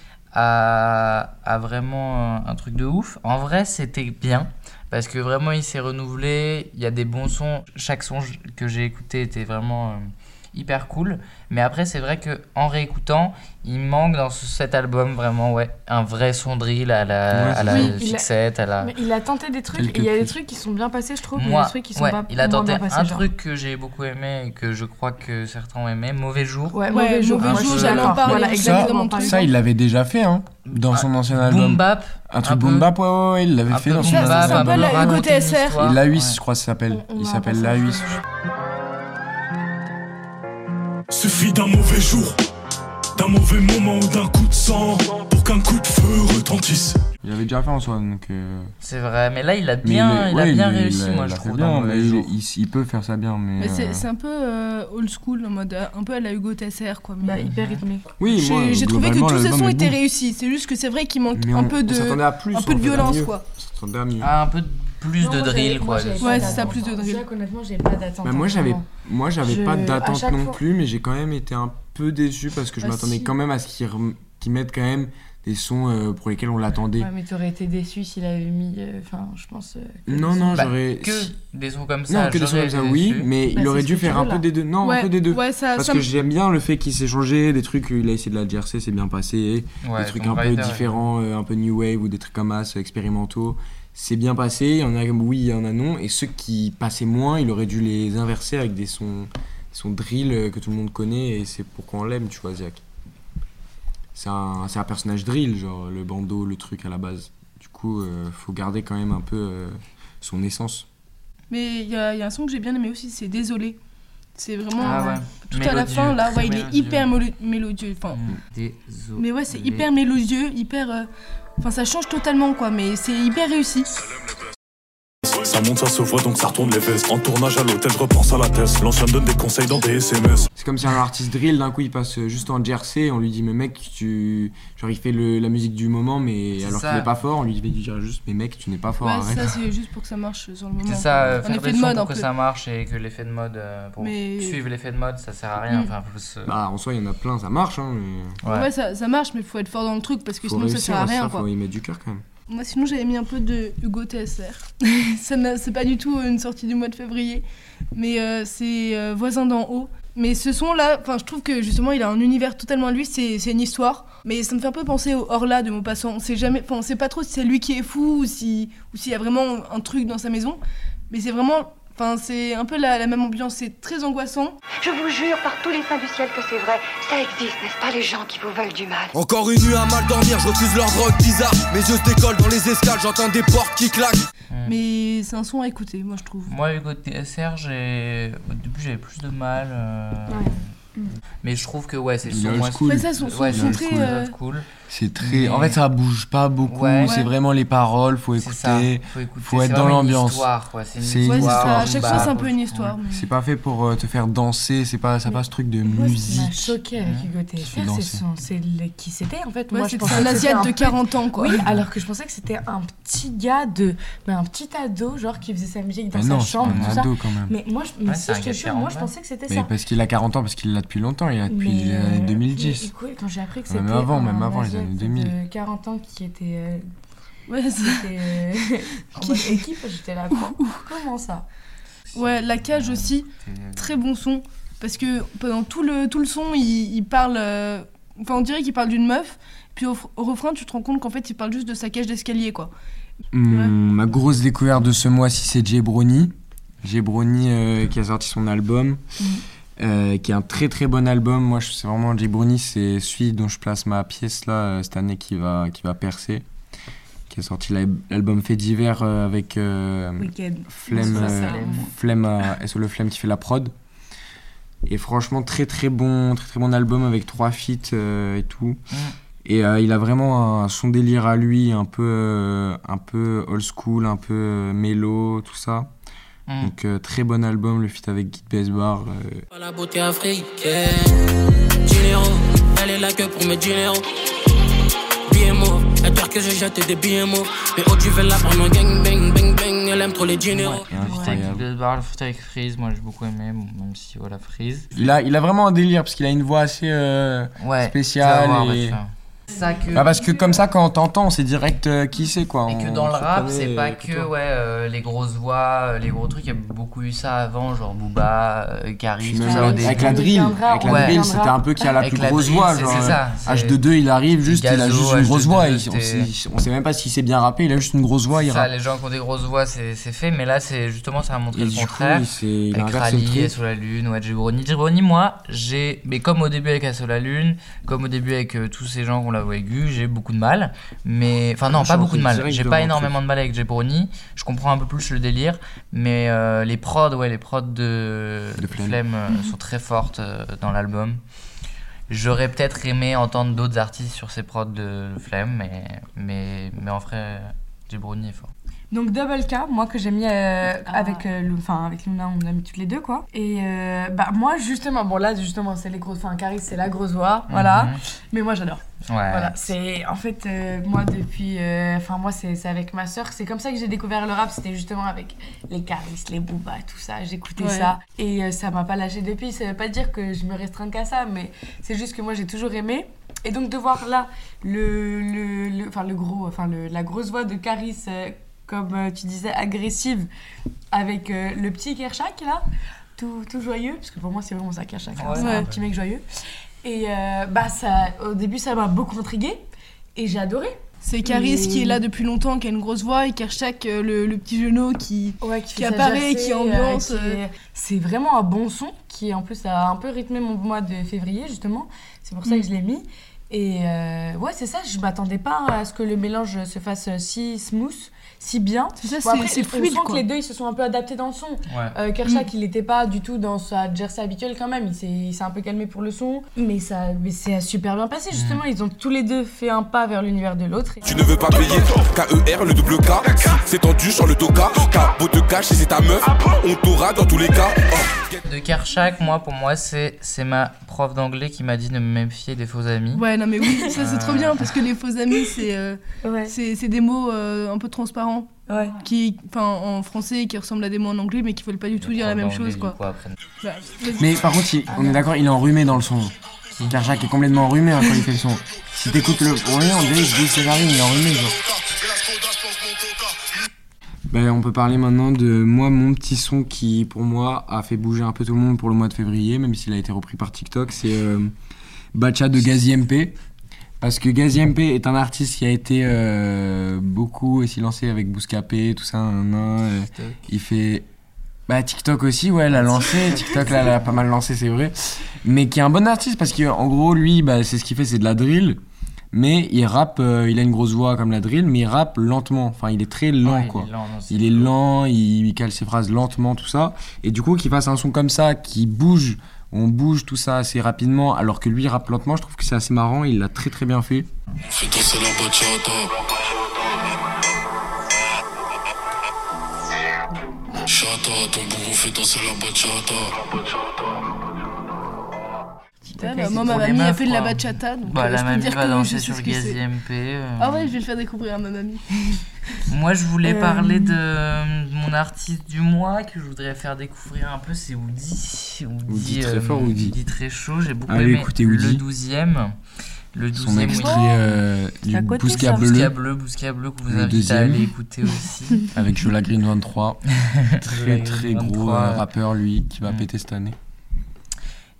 Speaker 2: à, à vraiment un, un truc de ouf. En vrai, c'était bien. Parce que vraiment, il s'est renouvelé. Il y a des bons sons. Chaque son j- que j'ai écouté était vraiment euh, hyper cool. Mais après, c'est vrai que en réécoutant, il manque dans ce- cet album vraiment ouais, un vrai son drill à la,
Speaker 3: Ouais,
Speaker 2: à la
Speaker 4: c'est ça. Oui, il a-
Speaker 2: fixette. À la...
Speaker 4: Mais il a tenté des trucs,
Speaker 3: Quelques
Speaker 4: et il y a des
Speaker 3: trucs.
Speaker 4: trucs qui sont bien passés, je trouve, mais il y a
Speaker 2: Moi,
Speaker 4: des trucs qui sont
Speaker 2: ouais,
Speaker 4: pas
Speaker 2: il a tenté
Speaker 4: moins bien passés,
Speaker 2: un
Speaker 4: genre.
Speaker 2: truc que j'ai beaucoup aimé et que je crois que certains ont aimé, Mauvais Jour.
Speaker 5: Ouais,
Speaker 4: Ouais, mauvais jour,
Speaker 5: Mauvais
Speaker 4: moi,
Speaker 2: Jour,
Speaker 4: je suis
Speaker 2: j'allais en
Speaker 4: d'accord.
Speaker 5: parler,
Speaker 4: Voilà,
Speaker 5: exactement.
Speaker 4: exactement pareil.
Speaker 3: Ça, il l'avait déjà fait, hein, dans
Speaker 2: Un-
Speaker 3: son ancien
Speaker 2: Boom
Speaker 3: album.
Speaker 2: Bap,
Speaker 3: un
Speaker 2: un
Speaker 3: truc boom
Speaker 2: peu.
Speaker 3: bap, ouais, ouais, ouais, il l'avait
Speaker 2: un
Speaker 3: fait
Speaker 2: peu
Speaker 3: dans son
Speaker 2: boom
Speaker 3: ancien
Speaker 2: bap,
Speaker 5: ça
Speaker 2: un peu
Speaker 3: album.
Speaker 5: s'appelle le
Speaker 2: raconter
Speaker 5: côté
Speaker 2: une
Speaker 5: SR.
Speaker 2: histoire.
Speaker 3: Et Lahuis,
Speaker 2: Ouais.
Speaker 3: je crois, que ça s'appelle.
Speaker 4: On- on
Speaker 3: Il
Speaker 4: a
Speaker 3: s'appelle
Speaker 4: pas ça.
Speaker 3: Lahuis.
Speaker 8: Suffit d'un mauvais jour, d'un mauvais moment ou d'un coup de sang pour qu'un coup de feu retentisse.
Speaker 3: Il l'avait déjà fait en soi, donc. euh,
Speaker 2: C'est vrai, mais là il a
Speaker 3: mais
Speaker 2: bien,
Speaker 3: est-
Speaker 2: il,
Speaker 3: ouais,
Speaker 2: a bien
Speaker 3: il-
Speaker 2: réussi,
Speaker 3: il a-
Speaker 2: moi
Speaker 3: il
Speaker 2: je
Speaker 3: a fait
Speaker 2: trouve.
Speaker 3: bien,
Speaker 2: dans
Speaker 3: mais
Speaker 2: Mauvais Jour.
Speaker 3: il, il- il peut faire ça bien, mais.
Speaker 5: Mais c'est
Speaker 3: euh,
Speaker 5: c'est un peu euh, old school, en mode euh, un peu à la Hugo TSR, quoi. mais-
Speaker 4: Bah, hyper rythmé.
Speaker 3: Oui, moi,
Speaker 5: J'ai j'ai trouvé que
Speaker 3: globalement,
Speaker 5: tous ces
Speaker 3: l'album
Speaker 5: sons
Speaker 3: est
Speaker 5: étaient
Speaker 3: bon.
Speaker 5: réussis. C'est juste que c'est vrai qu'il manque
Speaker 3: Mais
Speaker 5: un
Speaker 3: on-
Speaker 5: peu
Speaker 3: on
Speaker 5: de.
Speaker 3: s'attendait à plus,
Speaker 5: un
Speaker 3: on
Speaker 5: peu de
Speaker 3: s'attendait à
Speaker 5: violence,
Speaker 3: mieux.
Speaker 5: quoi.
Speaker 3: On s'attendait à mieux.
Speaker 2: Ah, un peu de plus de drill, quoi. dessus.
Speaker 5: Ouais, c'est ça, plus de drill.
Speaker 4: honnêtement, j'avais pas d'attente. hein,
Speaker 3: Bah, moi, j'avais,
Speaker 4: vraiment.
Speaker 3: moi, j'avais
Speaker 4: Je-
Speaker 3: pas
Speaker 4: à
Speaker 3: d'attente
Speaker 4: chaque
Speaker 3: non
Speaker 4: fois-
Speaker 3: plus, mais j'ai quand même été un peu déçu parce que je
Speaker 4: Ah,
Speaker 3: m'attendais
Speaker 4: si.
Speaker 3: quand même à ce qu'ils rem- qu'ils mettent quand même des sons euh, pour lesquels on l'attendait.
Speaker 4: Ouais, mais t'aurais été déçu s'il avait mis. euh, Enfin, je pense. euh, que-
Speaker 3: Non, non,
Speaker 2: Bah,
Speaker 3: j'aurais.
Speaker 2: Que
Speaker 3: si-
Speaker 2: des sons comme ça.
Speaker 3: Non, que des sons
Speaker 2: j'aurais
Speaker 3: comme ça,
Speaker 2: été
Speaker 3: oui,
Speaker 2: déçu.
Speaker 3: mais il
Speaker 4: Bah, c'est
Speaker 3: aurait
Speaker 4: ce
Speaker 3: dû
Speaker 4: que tu
Speaker 3: faire un
Speaker 4: veux,
Speaker 3: peu
Speaker 4: là.
Speaker 3: des deux. Non,
Speaker 5: ouais,
Speaker 3: un peu des deux.
Speaker 5: Ouais, ça,
Speaker 3: Parce
Speaker 5: ça
Speaker 3: que
Speaker 5: me-
Speaker 3: j'aime bien le fait qu'il s'est changé, des trucs, il a essayé de la GRC, c'est bien passé,
Speaker 2: Ouais,
Speaker 3: des trucs
Speaker 2: Tomb
Speaker 3: un peu
Speaker 2: Raider,
Speaker 3: différents, euh, un peu new wave ou des trucs comme ça, euh, expérimentaux, c'est bien passé, il y en a comme oui, il y en a non, et ceux qui passaient moins, il aurait dû les inverser avec des sons, des sons drill euh, que tout le monde connaît, et c'est pourquoi on l'aime, tu vois, Ziak. C'est un, c'est un personnage drill, genre le bandeau, le truc à la base. Du coup, euh, faut garder quand même un peu euh, son essence.
Speaker 5: Mais il y, a il y a un son que j'ai bien aimé aussi, c'est Désolé. C'est vraiment.
Speaker 2: Ah ouais.
Speaker 5: Tout à la fin,
Speaker 2: Mélodieux,
Speaker 5: là,
Speaker 2: très
Speaker 5: ouais, il est
Speaker 2: mélodieux.
Speaker 5: hyper mélo- mélodieux. Enfin,
Speaker 2: Désolé.
Speaker 5: mais ouais, c'est hyper mélodieux, hyper. euh, Enfin, ça change totalement, quoi, mais c'est hyper réussi.
Speaker 8: Ça monte, ça se voit donc ça retourne les vestes. En tournage à l'hôtel, repense à la thèse. L'ancien donne des conseils dans des SMS.
Speaker 3: C'est comme si un artiste drill, d'un coup, il passe euh, juste en jersey, on lui dit, mais mec, tu. Genre, il fait le- la musique du moment, mais
Speaker 2: C'est
Speaker 3: alors qu'il
Speaker 2: ça.
Speaker 3: est pas fort, on lui dit juste, mais mec, tu n'es pas fort,
Speaker 5: ouais,
Speaker 3: arrête.
Speaker 5: ça, c'est juste pour que ça marche sur le moment.
Speaker 2: C'est ça, euh,
Speaker 5: Un
Speaker 2: faire
Speaker 5: effet
Speaker 2: des
Speaker 5: de
Speaker 2: sons
Speaker 5: mode,
Speaker 2: pour
Speaker 5: un
Speaker 2: que
Speaker 5: peu.
Speaker 2: ça marche et que l'effet de mode, euh, pour
Speaker 5: Mais-
Speaker 2: suivre l'effet de mode, ça sert à rien.
Speaker 5: Mm.
Speaker 2: Enfin, faut se-
Speaker 3: Bah, en soi, il y en a plein, ça marche, hein, mais.
Speaker 5: Ouais,
Speaker 2: ouais.
Speaker 5: ça, ça marche, mais faut être fort dans le truc parce que
Speaker 3: Faut
Speaker 5: sinon ça
Speaker 3: réussir,
Speaker 5: sert à
Speaker 3: hein,
Speaker 5: rien
Speaker 3: ça,
Speaker 5: quoi.
Speaker 3: faut y mettre du cœur quand même.
Speaker 5: Moi sinon j'avais mis un peu de Hugo TSR. ça n'a- c'est pas du tout une sortie du mois de février, mais euh, c'est euh, voisin d'en haut. Mais ce son là, enfin je trouve que justement il a un univers totalement à lui, c'est c'est une histoire. Mais ça me fait un peu penser au Orla de Maupassant. On sait jamais, enfin on sait pas trop si c'est lui qui est fou ou si ou s'il y a vraiment un truc dans sa maison. Mais c'est vraiment, enfin c'est un peu la, la même ambiance. C'est très angoissant.
Speaker 9: Je vous jure par tous les saints du ciel que c'est vrai. Ça existe, n'est-ce pas, les gens qui vous veulent du mal
Speaker 7: Encore une nuit à mal dormir, je refuse leur drogue bizarre. Mes yeux se décollent dans les escales, j'entends des portes qui claquent.
Speaker 5: Mais c'est un son à écouter, moi je trouve.
Speaker 2: Moi, Hugo TSR, j'ai- au début, j'avais plus de mal. euh,
Speaker 5: Mm.
Speaker 2: Mais je trouve que ouais, c'est
Speaker 3: Il est
Speaker 2: son
Speaker 3: old
Speaker 2: moins
Speaker 3: school.
Speaker 5: Après ça, son, son,
Speaker 2: Ouais, c'est
Speaker 5: son très,
Speaker 2: cool.
Speaker 5: euh,
Speaker 2: cool.
Speaker 3: C'est
Speaker 2: très- en fait,
Speaker 3: ça bouge pas beaucoup,
Speaker 2: Ouais.
Speaker 5: c'est
Speaker 3: vraiment les paroles, faut
Speaker 2: C'est ça. Faut écouter.
Speaker 3: faut
Speaker 2: C'est
Speaker 3: être dans
Speaker 2: vraiment une
Speaker 3: l'ambiance.
Speaker 2: histoire, quoi, C'est
Speaker 3: C'est
Speaker 2: une
Speaker 3: une
Speaker 5: Ouais, c'est
Speaker 2: histoire. Bah,
Speaker 5: ça. À
Speaker 3: histoire.
Speaker 5: chaque fois, c'est un peu une histoire. mais-
Speaker 3: C'est pas fait pour euh, te faire danser, c'est pas, ça
Speaker 4: Mais-
Speaker 3: passe truc de
Speaker 4: Moi, ce qui m'a
Speaker 3: musique.
Speaker 4: choqué avec
Speaker 2: Hein,
Speaker 4: Hugo
Speaker 3: qui fait
Speaker 4: TSR, c'est
Speaker 3: danser.
Speaker 4: son- c'est le- qui c'était en fait.
Speaker 5: Ouais,
Speaker 4: Moi, je
Speaker 5: c'est
Speaker 4: pensais
Speaker 5: un
Speaker 4: que c'était
Speaker 5: Asiate de
Speaker 4: peu-
Speaker 5: 40 ans, quoi.
Speaker 4: Oui, alors que je pensais que c'était un petit gars de. Mais un petit ado, genre qui faisait sa musique dans
Speaker 3: Mais
Speaker 4: sa
Speaker 3: Ah non, c'est pas
Speaker 4: chambre,
Speaker 3: un
Speaker 4: tout ça.
Speaker 3: ado quand même.
Speaker 4: Mais moi, je, mais
Speaker 2: Ouais,
Speaker 4: si,
Speaker 2: c'est un
Speaker 4: je te
Speaker 2: gars de
Speaker 4: jure, moi,
Speaker 2: 40,
Speaker 4: je pensais que c'était
Speaker 3: Mais
Speaker 4: ça.
Speaker 3: parce qu'il a 40 ans, parce qu'il l'a depuis longtemps, il l'a depuis les
Speaker 4: Mais,
Speaker 3: années
Speaker 4: euh,
Speaker 3: 2010.
Speaker 4: mais écoute, quand j'ai appris que
Speaker 3: Ouais,
Speaker 4: c'était.
Speaker 3: même avant,
Speaker 4: un
Speaker 3: même avant les
Speaker 4: Asiate
Speaker 3: années 2000.
Speaker 4: de 40 ans qui était. euh,
Speaker 5: Ouais, c'est-
Speaker 4: qui était, euh, en mode équipe, j'étais là. quoi. Comment ça
Speaker 5: ouais, la cage aussi, très bon son. Parce que pendant tout le, tout le son, il, il parle. euh, Enfin, on dirait qu'il parle d'une meuf. Puis au, f- au refrain, tu te rends compte qu'en fait, il parle juste de sa cage d'escalier, quoi.
Speaker 3: Hmm, Ma grosse découverte de ce mois-ci, c'est Jay Brownie. Jay Brownie euh, qui a sorti son album, euh, qui est un très très bon album. Moi, je c'est vraiment Jay Brownie, c'est celui dont je place ma pièce là euh, cette année qui va qui va percer, qui a sorti l'al- l'album Fait d'hiver euh, avec euh,
Speaker 4: Weekend.
Speaker 3: Flemme,
Speaker 4: Ça, ça
Speaker 3: euh,
Speaker 4: l'aime.
Speaker 3: Flemme, euh, SO le Flemme qui fait la prod. Et franchement, très très bon, très très bon album avec trois feats euh, et tout.
Speaker 2: Mm.
Speaker 3: Et euh, il a vraiment un, son délire à lui, un peu, euh, un peu old school, un peu euh, mélo, tout ça.
Speaker 2: Mm.
Speaker 3: Donc euh, très bon album, le feat avec Guy Besbar. euh,
Speaker 7: Pas La beauté africaine, Dinero, elle est là que pour mes dinero. Billets mauves, elle doit que je jette des billets mauves. Mais oh, tu veux la prendre en gang, bang, bang, bang, elle aime trop les dinero.
Speaker 3: et
Speaker 2: Le feat avec
Speaker 3: incroyable.
Speaker 2: Bill Barr, le feat avec Freeze, moi j'ai beaucoup aimé, bon, même si voilà Freeze.
Speaker 3: Il a, il a vraiment un délire parce qu'il a une voix assez euh,
Speaker 2: Ouais,
Speaker 3: spéciale. et-
Speaker 2: Ça que.
Speaker 3: Bah, parce que comme ça, quand on t'entend, c'est direct euh, qui c'est quoi.
Speaker 2: Et
Speaker 3: On-
Speaker 2: que dans le
Speaker 3: on se
Speaker 2: rap,
Speaker 3: reconnaît,
Speaker 2: c'est
Speaker 3: euh,
Speaker 2: pas que
Speaker 3: toi.
Speaker 2: ouais, euh, les grosses voix, euh, les gros trucs. Il y a beaucoup eu ça avant, genre Booba, euh, Karis,
Speaker 3: Puis
Speaker 2: tout
Speaker 3: même
Speaker 2: ça au
Speaker 3: avec,
Speaker 2: début.
Speaker 3: la drill,
Speaker 4: reviendra,
Speaker 3: avec
Speaker 2: on
Speaker 3: la drill,
Speaker 4: reviendra.
Speaker 3: c'était un peu qui a la
Speaker 2: Avec
Speaker 3: plus
Speaker 2: la
Speaker 3: grosse
Speaker 2: drill,
Speaker 3: voix.
Speaker 2: c'est-
Speaker 3: genre,
Speaker 2: c'est ça,
Speaker 3: euh,
Speaker 2: c'est-
Speaker 3: H2-2, il arrive juste, il a
Speaker 2: Gazo,
Speaker 3: juste une grosse
Speaker 2: H2-2,
Speaker 3: voix. il- on,
Speaker 2: t'es-
Speaker 3: sait, on sait même pas s'il sait bien rapper, il a juste une grosse voix, il
Speaker 2: ça,
Speaker 3: rappe.
Speaker 2: les gens qui ont des grosses voix, c'est c'est fait. Mais là, c'est justement, ça a montré
Speaker 3: Et
Speaker 2: le
Speaker 3: du coup,
Speaker 2: contraire.
Speaker 3: il, s'est- il a
Speaker 2: avec
Speaker 3: inversé le
Speaker 2: Rally, et
Speaker 3: truc.
Speaker 2: Sous la Lune, ouais, Gibroni. Gibroni, moi, j'ai. Mais comme au début avec Sous la Lune, comme au début avec euh, tous ces gens qu'on la voix aiguë, j'ai beaucoup de mal. Mais. Enfin, non,
Speaker 3: Je
Speaker 2: pas
Speaker 3: suis
Speaker 2: beaucoup de mal.
Speaker 3: direct
Speaker 2: J'ai
Speaker 3: devant
Speaker 2: pas
Speaker 3: le truc.
Speaker 2: énormément de mal avec Gibroni. Je comprends un peu plus le délire. Mais euh, les prods, ouais, les prods de.
Speaker 3: De Flemme.
Speaker 2: euh, sont très fortes euh, dans l'album. J'aurais peut-être aimé entendre d'autres artistes sur ces prods de Flemme, mais. Mais, mais en vrai, Gibroni est fort.
Speaker 4: Donc Double K, moi que j'ai mis euh, avec, euh, Lou- enfin, avec Luna, on a mis toutes les deux quoi. Et euh, bah moi justement, bon là justement c'est les grosses, enfin Caris c'est la grosse voix, voilà. Mais moi j'adore.
Speaker 2: Mhm. Ouais.
Speaker 4: Voilà, c'est en fait euh, moi depuis, euh, enfin moi c'est c'est avec ma sœur, c'est comme ça que j'ai découvert le rap, c'était justement avec les Caris, les Booba, tout ça, j'écoutais
Speaker 5: Ouais.
Speaker 4: ça et euh, ça m'a pas lâché depuis. Ça veut pas dire que je me restreins qu'à ça, mais c'est juste que moi j'ai toujours aimé. Et donc de voir là le, le, le- enfin le gros, enfin le- la grosse voix de Caris, euh, comme euh, tu disais agressive, avec euh, le petit Kershak là, tout, tout joyeux, parce que pour moi c'est vraiment ça Kershak, hein,
Speaker 2: Ouais.
Speaker 4: c'est un
Speaker 2: Ouais.
Speaker 4: petit mec joyeux. Et euh, bah ça, au début ça m'a beaucoup intriguée et j'ai adoré.
Speaker 5: C'est Caris
Speaker 4: Et-
Speaker 5: qui est là depuis longtemps, qui a une grosse voix, et Kershak, euh, le, le petit genou qui.
Speaker 4: Ouais, qui,
Speaker 5: Qui
Speaker 4: fait sa
Speaker 5: apparaît,
Speaker 4: jersey,
Speaker 5: qui ambiance,
Speaker 4: euh,
Speaker 5: euh.
Speaker 4: qui est- C'est vraiment un bon son qui, en plus, a un peu rythmé mon mois de février, justement. C'est
Speaker 5: Mm.
Speaker 4: pour ça que je l'ai mis. Et euh, ouais, c'est ça, je m'attendais pas à ce que le mélange se fasse euh, si smooth, si bien.
Speaker 5: C'est ça,
Speaker 4: Bon,
Speaker 5: c'est-
Speaker 4: après,
Speaker 5: c'est
Speaker 4: on
Speaker 5: fluide
Speaker 4: sent que
Speaker 5: quoi.
Speaker 4: les deux ils se sont un peu adaptés dans le son.
Speaker 2: Ouais.
Speaker 4: Euh, Kershak, il n'était pas du tout dans sa jersey habituelle quand même. Il s'est- Il s'est un peu calmé pour le son. Mais ça mais c'est super bien passé, justement. Ils ont tous les deux fait un pas vers l'univers de l'autre.
Speaker 6: Tu ne veux pas payer KER, le double K. C'est tendu sur le doka. Cabot de cash et c'est ta meuf. On t'aura dans tous les cas. Oh.
Speaker 2: De Kershak, moi, pour moi, c'est c'est ma prof d'anglais qui m'a dit de me méfier des faux amis.
Speaker 5: Ouais, non mais oui, ça c'est trop bien parce que les faux amis, c'est euh,
Speaker 4: Ouais.
Speaker 5: c'est c'est des mots euh, un peu transparents
Speaker 4: ouais.
Speaker 5: qui, enfin, en français, qui ressemblent à des mots en anglais, mais qui veulent pas du tout dire la même chose quoi.
Speaker 2: après.
Speaker 5: Bah, vas-y.
Speaker 3: Mais par contre, il- on est d'accord, il est enrhumé dans le son. Kershak est complètement enrhumé hein, quand il fait le son. Si t'écoutes le bruit, on dirait que Guy Séverine, il est enrhumé. Genre. Ben, on peut parler maintenant de moi, mon petit son qui, pour moi, a fait bouger un peu tout le monde pour le mois de février, même s'il a été repris par TikTok, c'est euh, Bacha de Gazi MP. Parce que Gazi MP est un artiste qui a été euh, beaucoup silencé avec Bouscapé, tout ça, nan, nan, euh, il fait. Bah, TikTok aussi, ouais, elle a lancé. TikTok, là, elle a pas mal lancé, c'est vrai. Mais qui est un bon artiste parce qu'en gros, lui, bah, c'est ce qu'il fait, c'est de la drill. Mais il rappe, euh, il a une grosse voix comme la drill, mais il rappe lentement. Enfin, il est très lent,
Speaker 2: Ouais,
Speaker 3: quoi.
Speaker 2: Il est lent, non, c'est-
Speaker 3: Il est lent, il, il cale ses phrases lentement, tout ça. Et du coup, qu'il fasse un son comme ça, qui bouge, on bouge tout ça assez rapidement, alors que lui, il rappe lentement, je trouve que c'est assez marrant, il l'a très très bien fait.
Speaker 8: Fais danser la bachata. Chata, ton bourreau fait danser la bachata.
Speaker 5: Ouais,
Speaker 2: Ok,
Speaker 5: bah,
Speaker 2: c'est
Speaker 5: moi
Speaker 2: pour
Speaker 5: ma
Speaker 2: les
Speaker 5: mamie a
Speaker 2: meufs,
Speaker 5: fait de la
Speaker 2: quoi.
Speaker 5: bachata, donc
Speaker 2: Bah,
Speaker 5: euh,
Speaker 2: la
Speaker 5: je peux
Speaker 2: mamie
Speaker 5: dire
Speaker 2: va
Speaker 5: que je
Speaker 2: danser
Speaker 5: sais
Speaker 2: sur
Speaker 5: ce que
Speaker 2: Gazi
Speaker 5: c'est.
Speaker 2: MP. euh.
Speaker 5: Ah ouais, je vais le faire découvrir à ma mamie.
Speaker 2: Moi, je voulais
Speaker 4: Euh,
Speaker 2: parler de euh, mon artiste du mois que je voudrais faire découvrir un peu, c'est Woody. euh,
Speaker 3: Woody très fort, Woody.
Speaker 2: très chaud, j'ai beaucoup
Speaker 3: Allez,
Speaker 2: aimé
Speaker 3: écoutez
Speaker 2: le
Speaker 3: Woody.
Speaker 2: 12e. Le 12e
Speaker 3: Son
Speaker 2: Woody.
Speaker 3: extrait euh, du
Speaker 4: à côté,
Speaker 3: Bousca
Speaker 4: ça.
Speaker 3: Bleu
Speaker 2: Bousca bleu, Bousca bleu, que vous
Speaker 3: Le
Speaker 2: invite à
Speaker 3: deuxième.
Speaker 2: aller écouter aussi.
Speaker 3: avec Jola Green 23. très
Speaker 2: Jola
Speaker 3: très
Speaker 2: Green
Speaker 3: gros
Speaker 2: 23,
Speaker 3: euh,
Speaker 2: ouais.
Speaker 3: rappeur, lui, qui va
Speaker 2: Mm.
Speaker 3: péter cette année.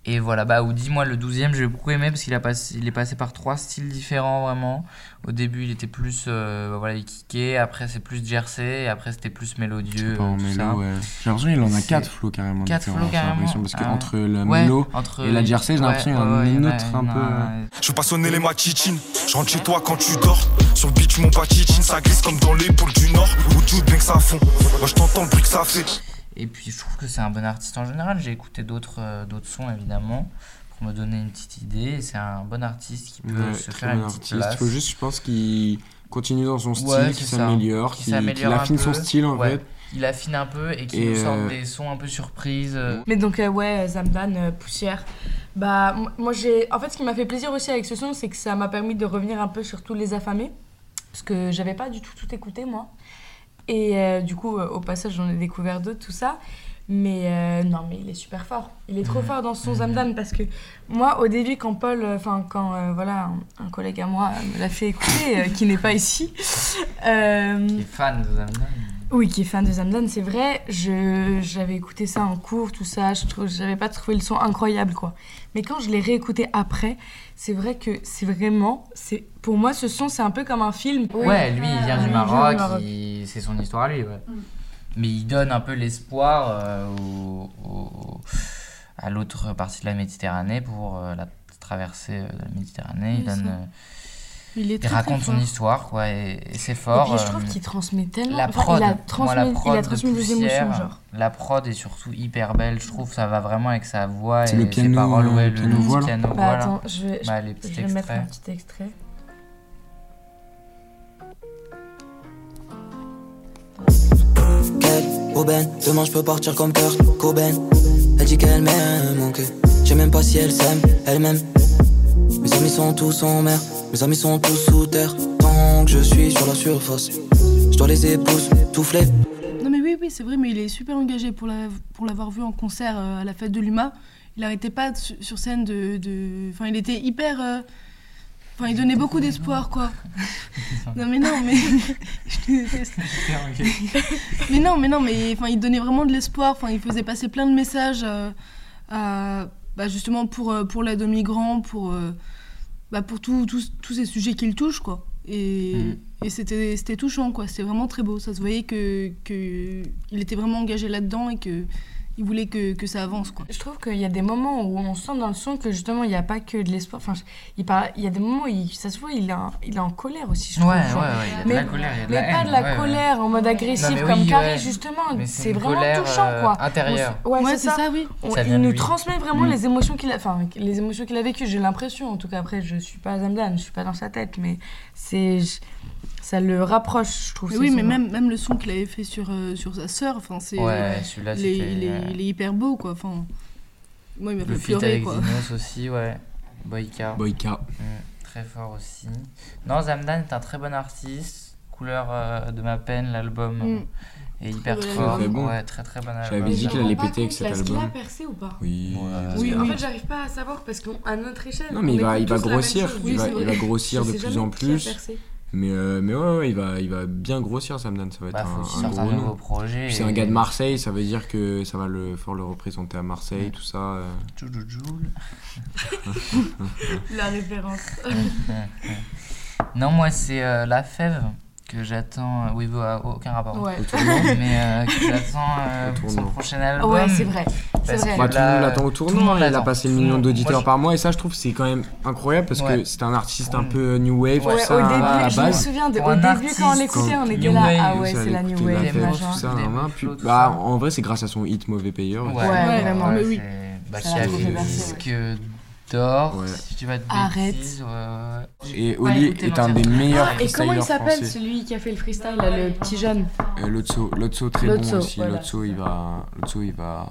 Speaker 2: Et voilà, bah Woody, moi le 12e, j'ai beaucoup aimé parce qu'il a passé, il est passé par trois styles différents vraiment. Au début, il était plus euh, bah, voilà, il kickait, après c'est plus jersey, et après c'était plus mélodieux.
Speaker 3: Pas en
Speaker 2: euh, tout
Speaker 3: mélo,
Speaker 2: ça.
Speaker 3: ouais. J'ai l'impression qu'il en a
Speaker 2: C'est-
Speaker 3: 4 flots carrément.
Speaker 2: Quatre
Speaker 3: différents,
Speaker 2: flows,
Speaker 3: j'ai l'impression,
Speaker 2: carrément.
Speaker 3: Parce
Speaker 2: Ah ouais.
Speaker 3: qu'entre la
Speaker 2: Ouais,
Speaker 3: mélo.
Speaker 2: entre
Speaker 3: et la jersey, j'ai l'impression qu'il y en a
Speaker 2: ouais,
Speaker 3: une
Speaker 2: il y a-
Speaker 3: autre
Speaker 2: il y
Speaker 3: un
Speaker 2: en a-
Speaker 3: peu-
Speaker 6: Je veux pas sonner les matichines. Je rentre chez toi quand tu dors. Sur le beach, mon patichine, ça glisse comme dans les pôles du Nord. Ou du bien que ça fond. Moi, je t'entends le bruit que ça fait.
Speaker 2: Et puis je trouve que c'est un bon artiste en général. J'ai écouté d'autres euh, d'autres sons évidemment pour me donner une petite idée. Et C'est un bon artiste qui peut
Speaker 3: Ouais,
Speaker 2: se
Speaker 3: très
Speaker 2: faire une
Speaker 3: bon
Speaker 2: petite
Speaker 3: artiste.
Speaker 2: place.
Speaker 3: Il faut juste, je pense, qu'il continue dans son style,
Speaker 2: Ouais,
Speaker 3: qu'il
Speaker 2: c'est ça.
Speaker 3: s'améliore,
Speaker 2: Qu'il
Speaker 3: qu'il qu'il
Speaker 2: s'améliore un
Speaker 3: affine son
Speaker 2: peu.
Speaker 3: style en
Speaker 2: Ouais.
Speaker 3: fait.
Speaker 2: Il affine un peu et qu'il
Speaker 3: Et,
Speaker 2: nous sorte
Speaker 3: euh,
Speaker 2: des sons un peu surprises. euh,
Speaker 4: Mais donc euh, ouais, Zamdan, euh, poussière. Bah m- moi j'ai, en fait ce qui m'a fait plaisir aussi avec ce son, c'est que ça m'a permis de revenir un peu sur tous les affamés, parce que j'avais pas du tout tout écouté moi. Et euh, du coup euh, au passage j'en ai découvert d'autres tout ça. Mais euh, non mais il est super fort. Il est trop fort dans ce son Zamdan parce que moi au début quand Paul, enfin quand euh, voilà un, un collègue à moi euh, me l'a fait écouter, euh, qui n'est pas ici. euh,
Speaker 2: qui est fan de Zamdan.
Speaker 4: oui, qui est fan de Zamdan, c'est vrai. Je, j'avais écouté ça en cours, tout ça. Je trouve, j'avais pas trouvé le son incroyable, quoi. Mais quand je l'ai réécouté après, c'est vrai que c'est vraiment, c'est pour moi, ce son, c'est un peu comme un film.
Speaker 2: Ouais, lui, il vient du
Speaker 4: Lui, Euh, il vient du
Speaker 2: Maroc,
Speaker 4: Maroc. Mm.
Speaker 2: il- c'est son histoire à lui, ouais. Mais il donne un peu l'espoir euh, au- au- à l'autre partie de la Méditerranée pour euh, la traversée euh, de la Méditerranée.
Speaker 5: Oui,
Speaker 2: il, donne,
Speaker 5: ça.
Speaker 2: euh,
Speaker 5: Il est
Speaker 2: il
Speaker 5: très, très
Speaker 2: raconte son
Speaker 5: fort.
Speaker 2: histoire, quoi, et, et c'est
Speaker 4: Et
Speaker 2: fort.
Speaker 4: puis je
Speaker 2: euh,
Speaker 4: trouve qu'il transmet tellement.
Speaker 2: la
Speaker 4: enfin,
Speaker 2: prod,
Speaker 4: il a
Speaker 2: moi, la
Speaker 4: transmis,
Speaker 2: prod
Speaker 4: il a
Speaker 2: de
Speaker 4: transmis des
Speaker 2: Poussière,
Speaker 4: émotions, genre.
Speaker 2: La prod est surtout hyper belle, je trouve. Ça va vraiment avec sa voix et
Speaker 3: C'est le
Speaker 2: ses
Speaker 3: piano,
Speaker 2: paroles.
Speaker 3: euh,
Speaker 2: ouais,
Speaker 3: le piano
Speaker 2: petit
Speaker 3: voile.
Speaker 2: piano,
Speaker 4: Bah
Speaker 2: voilà.
Speaker 4: attends, je vais, je-
Speaker 2: Bah, les petits
Speaker 4: je vais mettre un
Speaker 2: extraits.
Speaker 4: petit extrait.
Speaker 10: belle, aubaine. Demain, je peux partir comme Kurt Cobain. Elle dit qu'elle m'aime, ok. Je sais même pas si elle s'aime, elle m'aime. Mes amis sont tous en mer, mes amis sont tous sous terre. Tant que je suis sur la surface, je dois les épouser, touffler.
Speaker 5: Non mais oui, oui, c'est vrai, mais il est super engagé pour la- pour l'avoir vu en concert euh, à la fête de l'UMA. Il arrêtait pas de- sur sur scène de... de- Enfin, il était hyper... euh, Enfin, il donnait beaucoup d'espoir, quoi. non mais non, mais... Je te déteste. Mais non, mais non, mais enfin, il donnait vraiment de l'espoir. Enfin, il faisait passer plein de messages euh, à- bah, justement pour, euh, pour l'aide aux migrants, pour, euh, bah, pour tous tous- tous ces sujets qu'il touche, quoi.
Speaker 2: Mm.
Speaker 5: Et, et c'était c'était touchant, quoi. C'était vraiment très beau. Ça se voyait que, que il était vraiment engagé là-dedans et que il voulait que, que ça avance, quoi.
Speaker 4: Je trouve qu'il y a des moments où on sent dans le son que justement il n'y a pas que de l'espoir. Enfin, je- il, parle, il y a des moments où il- ça se voit, il est, en- il est en colère aussi. Je
Speaker 2: Ouais,
Speaker 4: trouve,
Speaker 2: ouais, ouais,
Speaker 4: genre.
Speaker 2: il y a de
Speaker 4: Mais-
Speaker 2: la colère, il y a de
Speaker 4: Mais
Speaker 2: la
Speaker 4: pas
Speaker 2: haine,
Speaker 4: de la
Speaker 2: ouais, ouais.
Speaker 4: colère en mode agressif
Speaker 2: mais
Speaker 4: comme
Speaker 2: oui,
Speaker 4: Carré,
Speaker 2: ouais.
Speaker 4: justement.
Speaker 2: Mais c'est
Speaker 4: C'est
Speaker 2: une
Speaker 4: vraiment
Speaker 2: colère,
Speaker 4: touchant,
Speaker 2: euh,
Speaker 4: quoi.
Speaker 2: intérieure.
Speaker 4: On s- Ouais,
Speaker 5: Ouais,
Speaker 4: c'est ça.
Speaker 5: oui.
Speaker 4: On-
Speaker 2: Ça vient
Speaker 4: il
Speaker 2: de
Speaker 4: nous
Speaker 2: lui.
Speaker 4: transmet vraiment
Speaker 2: Mm.
Speaker 4: les émotions qu'il a, enfin les émotions qu'il a vécues. J'ai l'impression, en tout cas après, je suis pas Zamdan, je suis pas dans sa tête, mais c'est, je- ça le rapproche, je trouve.
Speaker 5: Mais
Speaker 4: ces
Speaker 5: oui, mais
Speaker 4: sons-là.
Speaker 5: même, même le son qu'il avait fait sur, euh, sur sa sœur, enfin, c'est... euh,
Speaker 2: Ouais, celui-là,
Speaker 5: il, est, il, est,
Speaker 2: c'était. euh,
Speaker 5: il est hyper beau, quoi. Enfin, moi, il m'a
Speaker 2: Le
Speaker 5: fait
Speaker 2: feat
Speaker 5: pleurer,
Speaker 2: avec
Speaker 5: quoi.
Speaker 2: Dinos aussi, ouais. Boyka.
Speaker 3: Boyka.
Speaker 2: Mm, Très fort aussi. Non, Zamdan est un très bon artiste. Couleur euh, de ma peine, l'album euh,
Speaker 5: Mm.
Speaker 2: est hyper
Speaker 5: bon
Speaker 2: fort.
Speaker 3: album. Très bon.
Speaker 2: Ouais, très très bon
Speaker 3: J'avais
Speaker 2: album.
Speaker 3: dit qu'il allait péter avec cet
Speaker 4: Est-ce qu'il a
Speaker 3: album.
Speaker 4: percé ou pas
Speaker 3: Oui.
Speaker 2: Ouais.
Speaker 4: Oui,
Speaker 5: Oui,
Speaker 4: en
Speaker 5: oui.
Speaker 4: fait, j'arrive pas à savoir parce qu'à notre échelle.
Speaker 3: ah, Non mais il
Speaker 4: on
Speaker 3: va, il
Speaker 4: écoute
Speaker 3: va
Speaker 4: tous la même
Speaker 3: grossir,
Speaker 4: chose.
Speaker 3: il,
Speaker 5: Oui,
Speaker 3: va,
Speaker 5: c'est
Speaker 3: il
Speaker 5: vrai.
Speaker 3: va grossir
Speaker 4: Je
Speaker 3: de
Speaker 4: sais
Speaker 3: plus
Speaker 4: jamais
Speaker 3: en
Speaker 4: qui a
Speaker 3: plus.
Speaker 4: percé.
Speaker 3: Mais, euh, mais ouais, ouais, il, va, il va bien grossir Samdan, ça va être
Speaker 2: Bah, faut aussi
Speaker 3: un, un
Speaker 2: sortir
Speaker 3: gros
Speaker 2: un nouveau
Speaker 3: nom.
Speaker 2: projet.
Speaker 3: Puis c'est
Speaker 2: et-
Speaker 3: un gars de Marseille, ça veut dire que ça va le, fort le représenter à Marseille, tout ça. euh.
Speaker 2: Joujoule.
Speaker 4: La référence.
Speaker 2: Non, moi, c'est euh, La Fève que j'attends. Oui, bah, aucun rapport.
Speaker 4: Ouais.
Speaker 2: Mais euh, que j'attends euh,
Speaker 3: Au
Speaker 2: pour son
Speaker 3: tournant.
Speaker 2: prochain album.
Speaker 4: Ah Ouais, c'est vrai. C'est
Speaker 2: Parce
Speaker 4: vrai.
Speaker 2: que
Speaker 3: Bah, tout le
Speaker 2: là,
Speaker 3: monde l'attend au
Speaker 2: tout le
Speaker 3: tournant,
Speaker 2: monde
Speaker 3: il a
Speaker 2: l'attend.
Speaker 3: passé le
Speaker 2: Tout le
Speaker 3: million
Speaker 2: monde. Moi,
Speaker 3: d'auditeurs
Speaker 2: je-
Speaker 3: par mois et ça je trouve c'est quand même incroyable parce
Speaker 2: Ouais.
Speaker 3: que c'est un artiste
Speaker 2: Ouais.
Speaker 3: un peu new wave,
Speaker 2: Ouais,
Speaker 3: tout
Speaker 4: Ouais,
Speaker 3: ça
Speaker 4: au début,
Speaker 3: à la
Speaker 4: je me
Speaker 3: base.
Speaker 4: souviens de,
Speaker 2: Pour
Speaker 4: au
Speaker 2: un
Speaker 4: début quand on
Speaker 2: artiste,
Speaker 4: l'écoutait, on
Speaker 2: quand
Speaker 4: était
Speaker 2: New
Speaker 4: là.
Speaker 2: Wave,
Speaker 4: Ah
Speaker 2: vous
Speaker 4: ouais, c'est
Speaker 3: allez
Speaker 4: la new
Speaker 3: écouter
Speaker 4: wave,
Speaker 2: Lafayette,
Speaker 4: machin.
Speaker 3: tout ça,
Speaker 2: Des
Speaker 3: nan, nan,
Speaker 2: bons
Speaker 3: puis-
Speaker 2: flots, tout
Speaker 3: bah,
Speaker 2: ça.
Speaker 3: en vrai, c'est grâce à son hit Mauvais Payeur.
Speaker 2: Ouais,
Speaker 3: aussi.
Speaker 2: ouais,
Speaker 4: vraiment.
Speaker 2: ouais,
Speaker 5: Mais oui.
Speaker 2: c'est- Bah,
Speaker 4: Ça
Speaker 2: qui
Speaker 4: a
Speaker 2: a
Speaker 4: été
Speaker 2: fait le
Speaker 4: versé,
Speaker 2: disque d'or,
Speaker 3: Ouais.
Speaker 2: si tu vas de
Speaker 4: Arrête.
Speaker 2: bêtises, ouais, ouais, ouais.
Speaker 3: Et Oli
Speaker 2: écoutez,
Speaker 3: est un
Speaker 2: l'entière.
Speaker 3: des meilleurs
Speaker 4: Et comment il
Speaker 3: freestylers
Speaker 4: s'appelle
Speaker 3: français.
Speaker 4: celui qui a fait le freestyle, là, le petit jeune
Speaker 3: Euh, Lotso, Lotso très
Speaker 4: Lotso,
Speaker 3: bon aussi.
Speaker 4: voilà.
Speaker 3: Lotso, il va, Lotso, il va, il va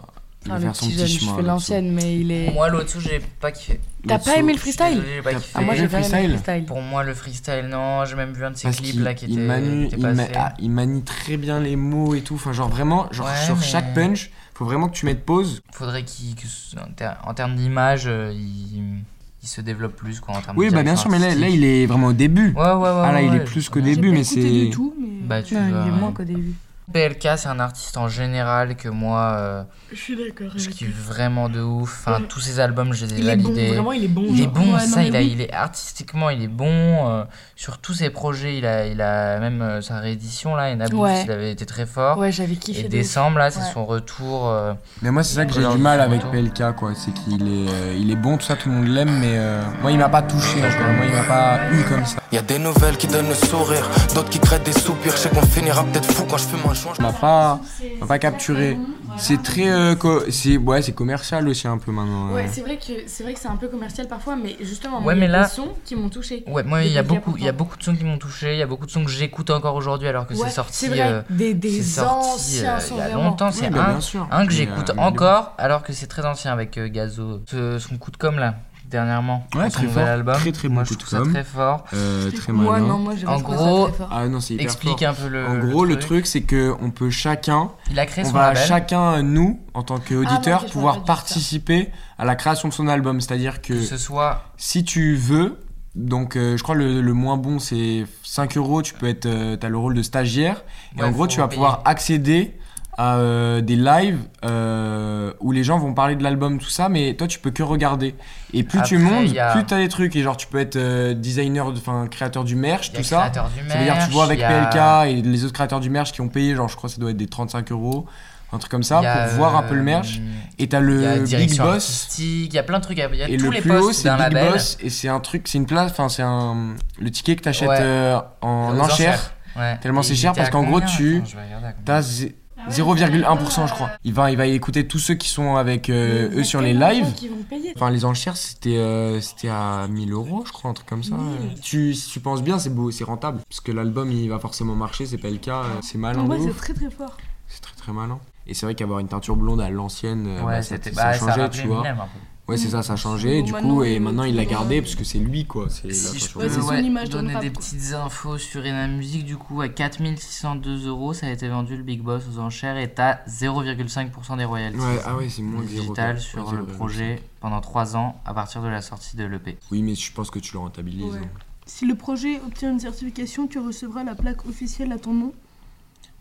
Speaker 4: Enfin, le
Speaker 3: faire son
Speaker 4: petit
Speaker 3: petit
Speaker 4: jeune,
Speaker 3: chemin.
Speaker 4: je fais
Speaker 3: Lotso.
Speaker 4: l'ancienne, mais il est.
Speaker 2: Pour moi, l'autre j'ai pas kiffé.
Speaker 4: T'as
Speaker 3: Lotso,
Speaker 4: pas aimé le
Speaker 2: Je suis
Speaker 4: freestyle
Speaker 2: désolé, j'ai pas kiffé.
Speaker 4: Ah, moi, j'ai pas aimé le
Speaker 3: freestyle
Speaker 4: freestyle.
Speaker 2: Pour moi, le freestyle, non, j'ai même vu un de ses
Speaker 3: Parce
Speaker 2: clips
Speaker 3: qu'il
Speaker 2: là qui était,
Speaker 3: il manie,
Speaker 2: qui était
Speaker 3: il, ma-
Speaker 2: passé.
Speaker 3: ah, il manie très bien les mots et tout. Enfin, genre vraiment, genre
Speaker 2: Ouais,
Speaker 3: sur
Speaker 2: mais-
Speaker 3: chaque punch, faut vraiment que tu mettes pause.
Speaker 2: Faudrait qu'il, que ce- en, ter- en termes d'image, euh, il, il se développe plus quoi en termes
Speaker 3: Oui,
Speaker 2: de
Speaker 3: bah bien
Speaker 2: direction
Speaker 3: sûr, mais là, là,
Speaker 2: artistique.
Speaker 3: il est vraiment au début.
Speaker 2: Ouais, ouais, ouais.
Speaker 3: Ah là,
Speaker 2: ouais,
Speaker 3: il est
Speaker 2: ouais,
Speaker 3: plus
Speaker 2: je
Speaker 3: qu'au
Speaker 2: comprends.
Speaker 3: début, mais c'est.
Speaker 5: écouté du tout, mais...
Speaker 2: Bah, tu
Speaker 4: Non,
Speaker 2: vois,
Speaker 4: il est
Speaker 2: ouais.
Speaker 4: moins qu'au début.
Speaker 2: PLK, c'est un artiste en général que moi, euh,
Speaker 5: Je suis d'accord.
Speaker 2: je
Speaker 5: avec
Speaker 2: kiffe vraiment de ouf. Enfin,
Speaker 5: Ouais.
Speaker 2: tous ses albums, je les ai
Speaker 4: Il est bon,
Speaker 2: validés.
Speaker 4: vraiment, il est bon.
Speaker 2: Il est
Speaker 4: genre.
Speaker 2: bon,
Speaker 5: Ouais, non,
Speaker 2: ça,
Speaker 5: mais
Speaker 2: il, a,
Speaker 5: oui.
Speaker 2: il est artistiquement, il est bon. euh, sur tous ses projets, il a, il a même euh, sa réédition, là, Enabus,
Speaker 4: Ouais.
Speaker 2: il avait été très fort.
Speaker 4: Ouais, j'avais
Speaker 2: Et
Speaker 4: kiffé. de ouf.
Speaker 2: décembre, là, c'est
Speaker 4: Ouais.
Speaker 2: son retour. euh,
Speaker 3: Mais moi, c'est ça que j'ai
Speaker 2: Alors,
Speaker 3: du mal avec
Speaker 2: ouais.
Speaker 3: PLK, quoi. C'est qu'il est, euh, il est bon, tout ça, tout le monde l'aime, mais euh, moi, il m'a pas touché. en tout cas. Moi, il m'a pas eu comme ça.
Speaker 6: Y'a des nouvelles qui donnent le sourire, d'autres qui créent des soupirs. Je sais qu'on finira peut-être fou quand je fume un joint.
Speaker 3: Il m'a pas, m'a pas capturé. C'est très, euh, co- c'est, ouais, c'est commercial aussi un peu maintenant.
Speaker 4: Ouais,
Speaker 3: euh.
Speaker 4: c'est vrai que c'est vrai que c'est un peu commercial parfois, mais justement,
Speaker 2: Ouais,
Speaker 4: moi, il y
Speaker 2: mais
Speaker 4: a
Speaker 2: là-
Speaker 4: des sons qui m'ont touché.
Speaker 2: Ouais, moi, il y, a
Speaker 4: Des PLK
Speaker 2: beaucoup, il y a
Speaker 4: pourtant.
Speaker 2: beaucoup de sons qui m'ont touché. Il y a beaucoup de sons que j'écoute encore aujourd'hui, alors que
Speaker 4: Ouais,
Speaker 2: c'est sorti.
Speaker 4: C'est vrai,
Speaker 2: euh,
Speaker 4: des,
Speaker 2: c'est
Speaker 4: des
Speaker 2: sorti
Speaker 4: anciens
Speaker 2: euh,
Speaker 4: sons
Speaker 2: il y a
Speaker 4: vraiment.
Speaker 2: longtemps.
Speaker 3: Oui,
Speaker 2: C'est
Speaker 3: bah,
Speaker 2: un,
Speaker 3: bien sûr.
Speaker 2: un que
Speaker 3: Mais,
Speaker 2: j'écoute
Speaker 3: euh, mais il est bon.
Speaker 2: encore, alors que c'est très ancien avec euh, Gazo. Ce- son coup de com, là, dernièrement. son
Speaker 3: Ouais, très
Speaker 2: nouvel
Speaker 3: fort.
Speaker 2: album.
Speaker 3: Très, très bon
Speaker 2: moi,
Speaker 3: coup
Speaker 2: je
Speaker 3: de
Speaker 2: trouve ça
Speaker 3: com.
Speaker 2: très fort.
Speaker 3: Euh, très
Speaker 4: Moi,
Speaker 3: malin.
Speaker 4: non, moi, j'ai
Speaker 2: En
Speaker 4: pas trouvé ça
Speaker 2: gros,
Speaker 4: très fort.
Speaker 3: Ah non, c'est hyper
Speaker 2: Explique
Speaker 3: fort.
Speaker 2: un peu le.
Speaker 3: En gros, le truc, c'est que on peut chacun,
Speaker 2: Il a créé
Speaker 3: on
Speaker 2: son
Speaker 3: va
Speaker 2: label.
Speaker 3: chacun euh, nous, en tant
Speaker 4: Ah non, ok,
Speaker 3: qu'auditeur,
Speaker 4: je me rappelle
Speaker 3: pouvoir
Speaker 4: de
Speaker 3: participer à la création de son album. C'est-à-dire
Speaker 2: Que
Speaker 3: que
Speaker 2: ce soit
Speaker 3: si tu veux, donc euh, je crois le, le moins bon c'est 5 euros, tu peux être, euh, t'as le rôle de stagiaire et
Speaker 2: Ouais,
Speaker 3: en gros
Speaker 2: faut
Speaker 3: tu vas
Speaker 2: payer.
Speaker 3: pouvoir accéder à euh, des lives euh, où les gens vont parler de l'album tout ça, mais toi tu peux que regarder. Et plus tu
Speaker 2: Après,
Speaker 3: montes,
Speaker 2: y a-
Speaker 3: plus t'as des trucs et genre tu peux être euh, designer, enfin créateur du merch,
Speaker 2: Il y a
Speaker 3: tout ça.
Speaker 2: créateur du
Speaker 3: Ça veut dire
Speaker 2: merch,
Speaker 3: tu vois avec
Speaker 2: il y a-
Speaker 3: PLK et les autres créateurs du merch qui ont payé, genre je crois que ça doit être des 35 euros, un truc comme ça,
Speaker 2: il y a,
Speaker 3: pour voir un peu le
Speaker 2: euh,
Speaker 3: merch. Et t'as
Speaker 2: Il y a
Speaker 3: le Big
Speaker 2: direction
Speaker 3: Boss.
Speaker 2: artistique, il y a plein de trucs, il y a
Speaker 3: Et
Speaker 2: tous
Speaker 3: le
Speaker 2: les
Speaker 3: plus haut,
Speaker 2: postes
Speaker 3: c'est
Speaker 2: d'un
Speaker 3: Big
Speaker 2: label.
Speaker 3: Boss, et c'est un truc, c'est une place, enfin, c'est un. Le ticket que t'achètes
Speaker 2: Ouais.
Speaker 3: euh, en
Speaker 2: Aux
Speaker 3: enchère,
Speaker 2: Ouais.
Speaker 3: Tellement
Speaker 2: Et
Speaker 3: c'est
Speaker 2: il
Speaker 3: cher
Speaker 2: était à
Speaker 3: parce qu'en gros,
Speaker 2: combien
Speaker 3: tu-
Speaker 2: Attends, je vais regarder à combien.
Speaker 3: t'as zé- 0,1%, je crois. Il va, il va écouter tous ceux qui sont avec euh,
Speaker 4: Il y a
Speaker 3: eux sur les
Speaker 4: tellement de
Speaker 3: lives.
Speaker 4: gens qui vont payer.
Speaker 3: Enfin, les enchères, c'était euh, c'était à 1000 euros, je crois, un truc comme ça. Tu, si tu penses bien, c'est beau, c'est rentable. Parce que l'album, il va forcément marcher, c'est pas le cas, euh, c'est mal
Speaker 5: Ouais,
Speaker 3: en
Speaker 5: c'est très très fort.
Speaker 3: C'est très très malin. Et c'est vrai qu'avoir une teinture blonde à l'ancienne, euh,
Speaker 2: Ouais,
Speaker 3: bah, ça,
Speaker 2: c'était
Speaker 3: ça
Speaker 2: bah,
Speaker 3: a
Speaker 2: ça
Speaker 3: changé,
Speaker 2: rappelait
Speaker 3: tu vois.
Speaker 2: Eminem un peu.
Speaker 3: Ouais, c'est ça, ça a changé. et
Speaker 5: Bon,
Speaker 3: du
Speaker 5: maintenant,
Speaker 3: coup, et
Speaker 5: il-
Speaker 3: maintenant il l'a
Speaker 5: il-
Speaker 3: gardé parce que c'est lui, quoi. C'est la
Speaker 2: Si je
Speaker 3: teinture
Speaker 2: peux
Speaker 5: c'est
Speaker 3: blonde.
Speaker 5: son image dans le
Speaker 2: donner
Speaker 5: rap,
Speaker 2: des
Speaker 5: quoi.
Speaker 2: petites infos sur Ena Music, du coup, à 4602 euros, ça a été vendu le Big Boss aux enchères et t'as 0,5% des royalties.
Speaker 3: Ouais, ah ouais, c'est moins que zéro,
Speaker 2: digital
Speaker 3: quoi.
Speaker 2: sur
Speaker 3: Ouais,
Speaker 2: le
Speaker 3: zéro,
Speaker 2: projet pendant 3 ans à partir de la sortie de l'EP.
Speaker 3: Oui, mais je pense que tu le rentabilises.
Speaker 5: Ouais.
Speaker 3: hein.
Speaker 5: Si le projet obtient une certification, tu recevras la plaque officielle à ton nom.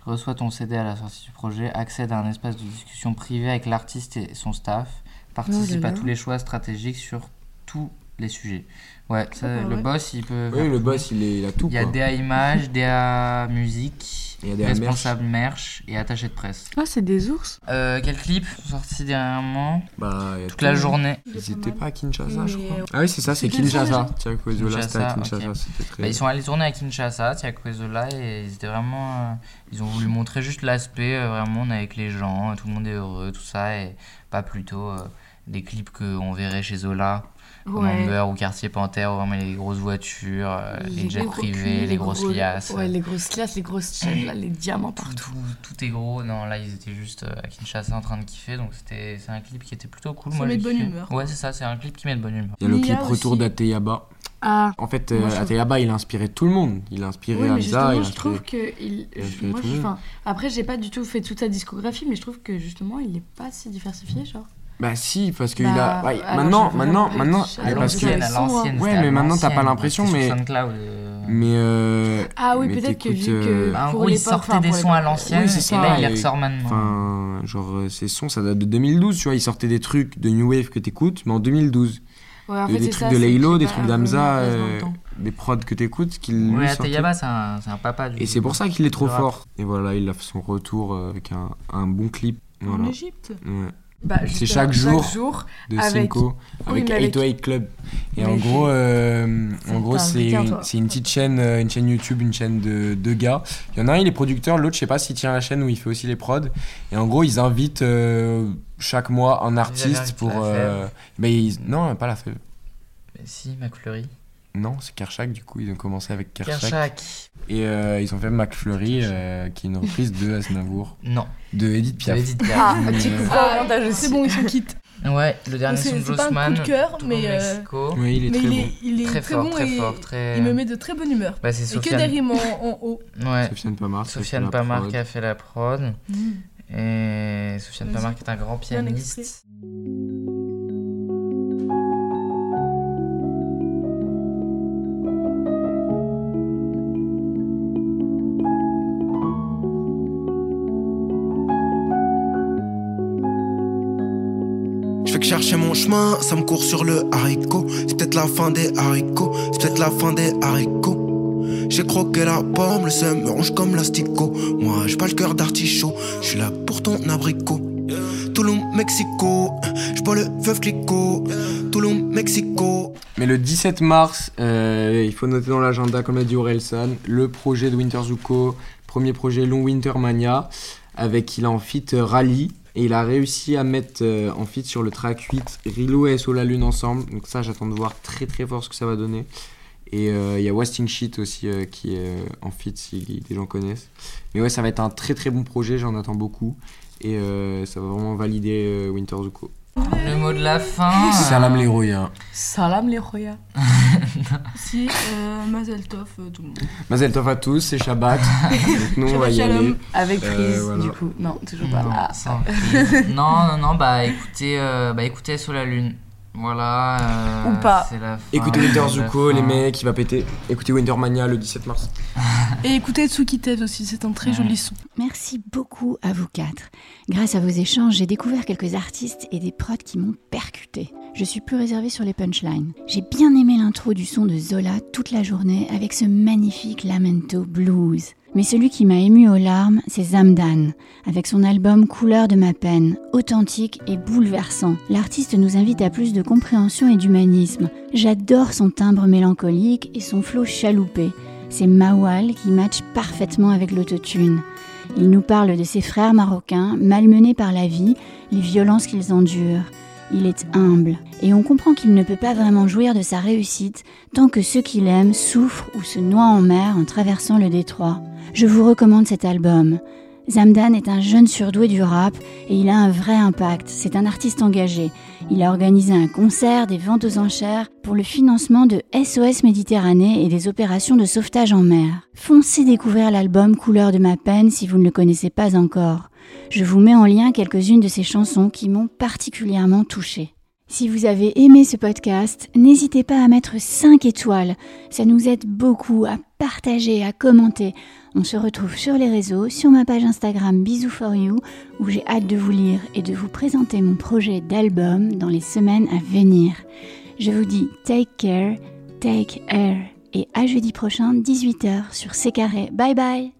Speaker 2: Reçois ton CD à la sortie du projet, accède à un espace de discussion privé avec l'artiste et son staff, participe à
Speaker 4: là là.
Speaker 2: tous les choix stratégiques sur tous les sujets. Ouais, ça,
Speaker 5: Ah,
Speaker 2: le
Speaker 5: ouais.
Speaker 2: boss, il peut.
Speaker 3: Oui,
Speaker 2: faire
Speaker 3: le
Speaker 2: tout.
Speaker 3: boss, il, est, il a tout.
Speaker 2: Il y a
Speaker 3: quoi.
Speaker 2: DA Images, DA Musique,
Speaker 3: Il y a DA
Speaker 2: responsable merch et attaché de presse.
Speaker 4: Ah, c'est des ours.
Speaker 2: Euh, quels clips sont sortis dernièrement
Speaker 3: Bah, il y a
Speaker 2: Toute la journée.
Speaker 3: Ils étaient pas à Kinshasa, je
Speaker 4: Mais,
Speaker 3: crois.
Speaker 4: euh,
Speaker 3: Ah oui, c'est ça, c'est
Speaker 5: c'était ça,
Speaker 3: Kinshasa.
Speaker 5: déjà
Speaker 3: Tiens, Kuezola, c'était à
Speaker 2: Kinshasa,
Speaker 3: Kinshasa.
Speaker 2: ok.
Speaker 3: C'était très.
Speaker 2: Bah, ils sont allés tourner à Kinshasa, Tiakoezola, et ils étaient vraiment. euh, ils ont voulu montrer juste l'aspect, euh, vraiment, on est avec les gens, tout le monde est heureux, tout ça, et pas plutôt euh, des clips qu'on verrait chez Zola, comme Amber ou Quartier Panthère, où vraiment il y a les grosses voitures, euh, les, jets
Speaker 4: gros
Speaker 2: privés,
Speaker 4: culs,
Speaker 2: les, grosses
Speaker 4: gros-
Speaker 2: liasses.
Speaker 4: Ouais, les grosses liasses, les grosses chaînes, là, les diamants
Speaker 2: tout,
Speaker 4: partout.
Speaker 2: tout- tout est gros. Non, là, ils étaient juste euh, à Kinshasa en train de kiffer. Donc, c'était c'est un clip qui était plutôt cool.
Speaker 5: Ça
Speaker 2: Moi,
Speaker 5: met
Speaker 2: j'ai
Speaker 5: de bonne
Speaker 2: kiffé.
Speaker 5: humeur,
Speaker 2: Ouais, c'est ça, c'est un clip qui met de bonne humeur.
Speaker 3: Il y a le
Speaker 5: Mia
Speaker 3: clip Retour
Speaker 5: aussi.
Speaker 3: d'Ateyaba.
Speaker 4: Ah.
Speaker 3: En fait,
Speaker 4: Moi,
Speaker 3: euh,
Speaker 4: je trouve-
Speaker 3: Ateyaba, il a inspiré tout le monde. Il a inspiré
Speaker 4: Oui, mais
Speaker 3: Hamza, il
Speaker 4: justement,
Speaker 3: a
Speaker 4: je
Speaker 3: inspiré.
Speaker 4: trouve que. Il...
Speaker 3: il a
Speaker 4: je-
Speaker 3: inspiré
Speaker 4: Moi,
Speaker 3: tout
Speaker 4: je...
Speaker 3: le monde.
Speaker 4: enfin, après, j'ai pas du tout fait toute sa discographie, mais je trouve que justement, il est pas si diversifié, genre.
Speaker 3: Bah, si, parce qu'il
Speaker 4: Bah,
Speaker 3: a. ouais,
Speaker 4: alors,
Speaker 3: maintenant,
Speaker 4: je veux
Speaker 3: maintenant,
Speaker 4: vraiment
Speaker 3: maintenant.
Speaker 4: être-
Speaker 3: mais
Speaker 2: À
Speaker 3: Parce que.
Speaker 2: l'ancienne, à
Speaker 4: Ils sont, hein.
Speaker 2: l'ancienne,
Speaker 3: Ouais,
Speaker 2: c'était
Speaker 3: mais
Speaker 2: à
Speaker 3: maintenant, t'as pas
Speaker 2: l'ancienne,
Speaker 3: l'impression,
Speaker 2: c'était sur
Speaker 3: mais-
Speaker 2: SoundCloud, euh.
Speaker 3: Mais. euh,
Speaker 4: Ah oui,
Speaker 3: mais
Speaker 4: peut-être que
Speaker 3: t'écoutes,
Speaker 4: vu que.
Speaker 3: euh,
Speaker 2: Bah, en
Speaker 4: pour
Speaker 2: gros, il
Speaker 4: l'époque,
Speaker 2: sortait
Speaker 4: enfin,
Speaker 2: des
Speaker 4: pour
Speaker 2: sons à
Speaker 4: l'époque,
Speaker 2: l'ancienne,
Speaker 3: Oui, c'est
Speaker 2: et
Speaker 3: ça,
Speaker 2: là, il les
Speaker 3: et-
Speaker 2: ressort maintenant.
Speaker 3: Enfin, genre, euh, ces sons, ça date de 2012, tu vois. Il sortait des trucs de New Wave que t'écoutes, mais en 2012.
Speaker 4: Ouais, en
Speaker 3: Des-
Speaker 4: fait,
Speaker 3: des
Speaker 4: c'est
Speaker 3: trucs
Speaker 4: ça,
Speaker 3: de
Speaker 4: c'est
Speaker 3: Laylo,
Speaker 4: qu'il
Speaker 3: des
Speaker 4: va
Speaker 3: trucs
Speaker 4: un peu
Speaker 3: d'Amza,
Speaker 4: dans le
Speaker 3: euh,
Speaker 4: temps.
Speaker 3: des prods que t'écoutes, qu'il.
Speaker 2: Ouais,
Speaker 3: lui sortait.
Speaker 2: Ateyaba, c'est un, c'est un papa. du-
Speaker 3: Et c'est pour ça qu'il est trop
Speaker 2: du rap.
Speaker 3: fort. Et voilà, il a fait son retour euh, avec un, un bon clip.
Speaker 5: En
Speaker 3: Voilà.
Speaker 5: Égypte
Speaker 3: Ouais.
Speaker 4: Bah,
Speaker 3: C'est
Speaker 4: justement,
Speaker 3: chaque jour.
Speaker 4: jour.
Speaker 3: de
Speaker 4: Avec-
Speaker 3: Cinco avec
Speaker 4: mais avec-
Speaker 3: 808 Club. Et
Speaker 4: Mais
Speaker 3: en
Speaker 4: c'est-
Speaker 3: gros, euh,
Speaker 4: c'est
Speaker 3: en gros,
Speaker 4: un
Speaker 3: c'est
Speaker 4: putain,
Speaker 3: une,
Speaker 4: toi.
Speaker 3: c'est une petite chaîne, euh, une chaîne YouTube, une chaîne de deux gars. Il y en a un, il est producteur, l'autre, je sais pas s'il tient la chaîne ou il fait aussi les prods. Et en gros, ils invitent euh, chaque mois un
Speaker 2: invité
Speaker 3: artiste pour.
Speaker 2: la
Speaker 3: euh, mais ils- non, pas la fève.
Speaker 2: Mais Si, McFlurry.
Speaker 3: Non, c'est Kershak. Du coup, ils ont commencé avec Kershak.
Speaker 2: Kershak.
Speaker 3: Et euh, ils ont fait McFlurry, euh, qui est une reprise de Aznavour,
Speaker 2: Non,
Speaker 3: de Edith
Speaker 2: tu
Speaker 3: Piaf.
Speaker 2: l'avais dit tout à l'heure.
Speaker 4: Ah,
Speaker 3: Mais-
Speaker 4: tu crois avantageux.
Speaker 5: C'est bon, ils sont quittes.
Speaker 2: Ouais, le dernier son
Speaker 5: Ah. C'est
Speaker 2: de
Speaker 5: c'est pas un
Speaker 2: Jossman.
Speaker 5: coup de cœur,
Speaker 2: Tout le monde
Speaker 5: mais, euh,
Speaker 2: Mexico.
Speaker 3: Oui, il est
Speaker 5: mais
Speaker 3: très
Speaker 5: il,
Speaker 3: bon.
Speaker 5: est, il est
Speaker 2: Très fort,
Speaker 5: bon
Speaker 2: très
Speaker 5: et
Speaker 2: fort, très.
Speaker 5: il me met de très bonne humeur.
Speaker 2: Bah, c'est
Speaker 5: Et que
Speaker 2: Sofiane.
Speaker 5: des rimes en, en haut.
Speaker 2: Ouais.
Speaker 3: Sofiane Pamar. c'est
Speaker 2: Sofiane
Speaker 3: la
Speaker 2: Pamar
Speaker 3: prod.
Speaker 2: qui a fait la prod.
Speaker 4: Mmh.
Speaker 2: Et Sofiane
Speaker 5: Vas-y.
Speaker 2: Pamar qui est un grand
Speaker 5: un
Speaker 2: pianiste.
Speaker 6: Je fais que chercher mon chemin, ça me court sur le haricot. C'est peut-être la fin des haricots, c'est peut-être la fin des haricots. J'ai croqué la pomme, le seum me ronge comme l'asticot. Moi, j'ai pas le cœur d'artichaut, je suis là pour ton abricot. Toulon, Mexico, je bois le veuve Clicquot. Toulon, Mexico.
Speaker 3: Mais le 17 mars, euh, il faut noter dans l'agenda, comme l'a dit Orelsan, le projet de Winter Zuko, premier projet Long Winter Mania, avec il a en feat euh, Rally. Et il a réussi à mettre euh, en feat sur le track 8 Rilo et SO La Lune ensemble. Donc ça, j'attends de voir très très fort ce que ça va donner. Et euh, il y a Wasting Shit aussi euh, qui est euh, en feat, si des gens connaissent. Mais ouais, ça va être un très très bon projet, j'en attends beaucoup. Et euh, ça va vraiment valider euh, Winter Zuko.
Speaker 2: Le mot de la fin.
Speaker 5: Ah.
Speaker 2: euh,
Speaker 3: l'héroïen.
Speaker 4: Salam les royas.
Speaker 5: Si, euh, Mazel Tov, euh, tout le monde.
Speaker 3: Mazel Tov à tous, c'est Shabbat. Donc nous, on va y
Speaker 5: Shabbat shalom.
Speaker 3: aller.
Speaker 4: Avec
Speaker 3: Euh,
Speaker 4: Freeze,
Speaker 3: voilà.
Speaker 4: du coup. Non, toujours pas.
Speaker 2: Non,
Speaker 4: Ah.
Speaker 2: sans crise. non, non, non, bah écoutez, euh, bah écoutez Sous la Lune. Voilà. euh,
Speaker 4: Ou pas.
Speaker 2: C'est la fin.
Speaker 3: Écoutez
Speaker 2: c'est
Speaker 3: Winter
Speaker 2: la
Speaker 3: Zuko,
Speaker 2: fin.
Speaker 3: les mecs, il va péter. Écoutez Wintermania le 17 mars.
Speaker 5: Et écoutez Tsuki Ted aussi, c'est un très joli son.
Speaker 1: Merci beaucoup à vous quatre. Grâce à vos échanges, j'ai découvert quelques artistes et des prods qui m'ont percuté. Je suis plus réservée sur les punchlines. J'ai bien aimé l'intro du son de Zola toute la journée avec ce magnifique Lamento Blues. Mais celui qui m'a ému aux larmes, c'est Zamdan, avec son album Couleur de ma peine, authentique et bouleversant. L'artiste nous invite à plus de compréhension et d'humanisme. J'adore son timbre mélancolique et son flot chaloupé. C'est Mawal qui matche parfaitement avec l'autotune. Il nous parle de ses frères marocains malmenés par la vie, les violences qu'ils endurent. Il est humble et on comprend qu'il ne peut pas vraiment jouir de sa réussite tant que ceux qu'il aime souffrent ou se noient en mer en traversant le détroit. Je vous recommande cet album. Zamdan est un jeune surdoué du rap et il a un vrai impact. C'est un artiste engagé. Il a organisé un concert, des ventes aux enchères pour le financement de SOS Méditerranée et des opérations de sauvetage en mer. Foncez découvrir l'album Couleur de ma peine si vous ne le connaissez pas encore. Je vous mets en lien quelques-unes de ses chansons qui m'ont particulièrement touchée. Si vous avez aimé ce podcast, n'hésitez pas à mettre 5 étoiles. Ça nous aide beaucoup à partager, à commenter. On se retrouve sur les réseaux, sur ma page Instagram Bisous for You, où j'ai hâte de vous lire et de vous présenter mon projet d'album dans les semaines à venir. Je vous dis take care, take air, et à jeudi prochain, 18h sur C Carré. Bye bye!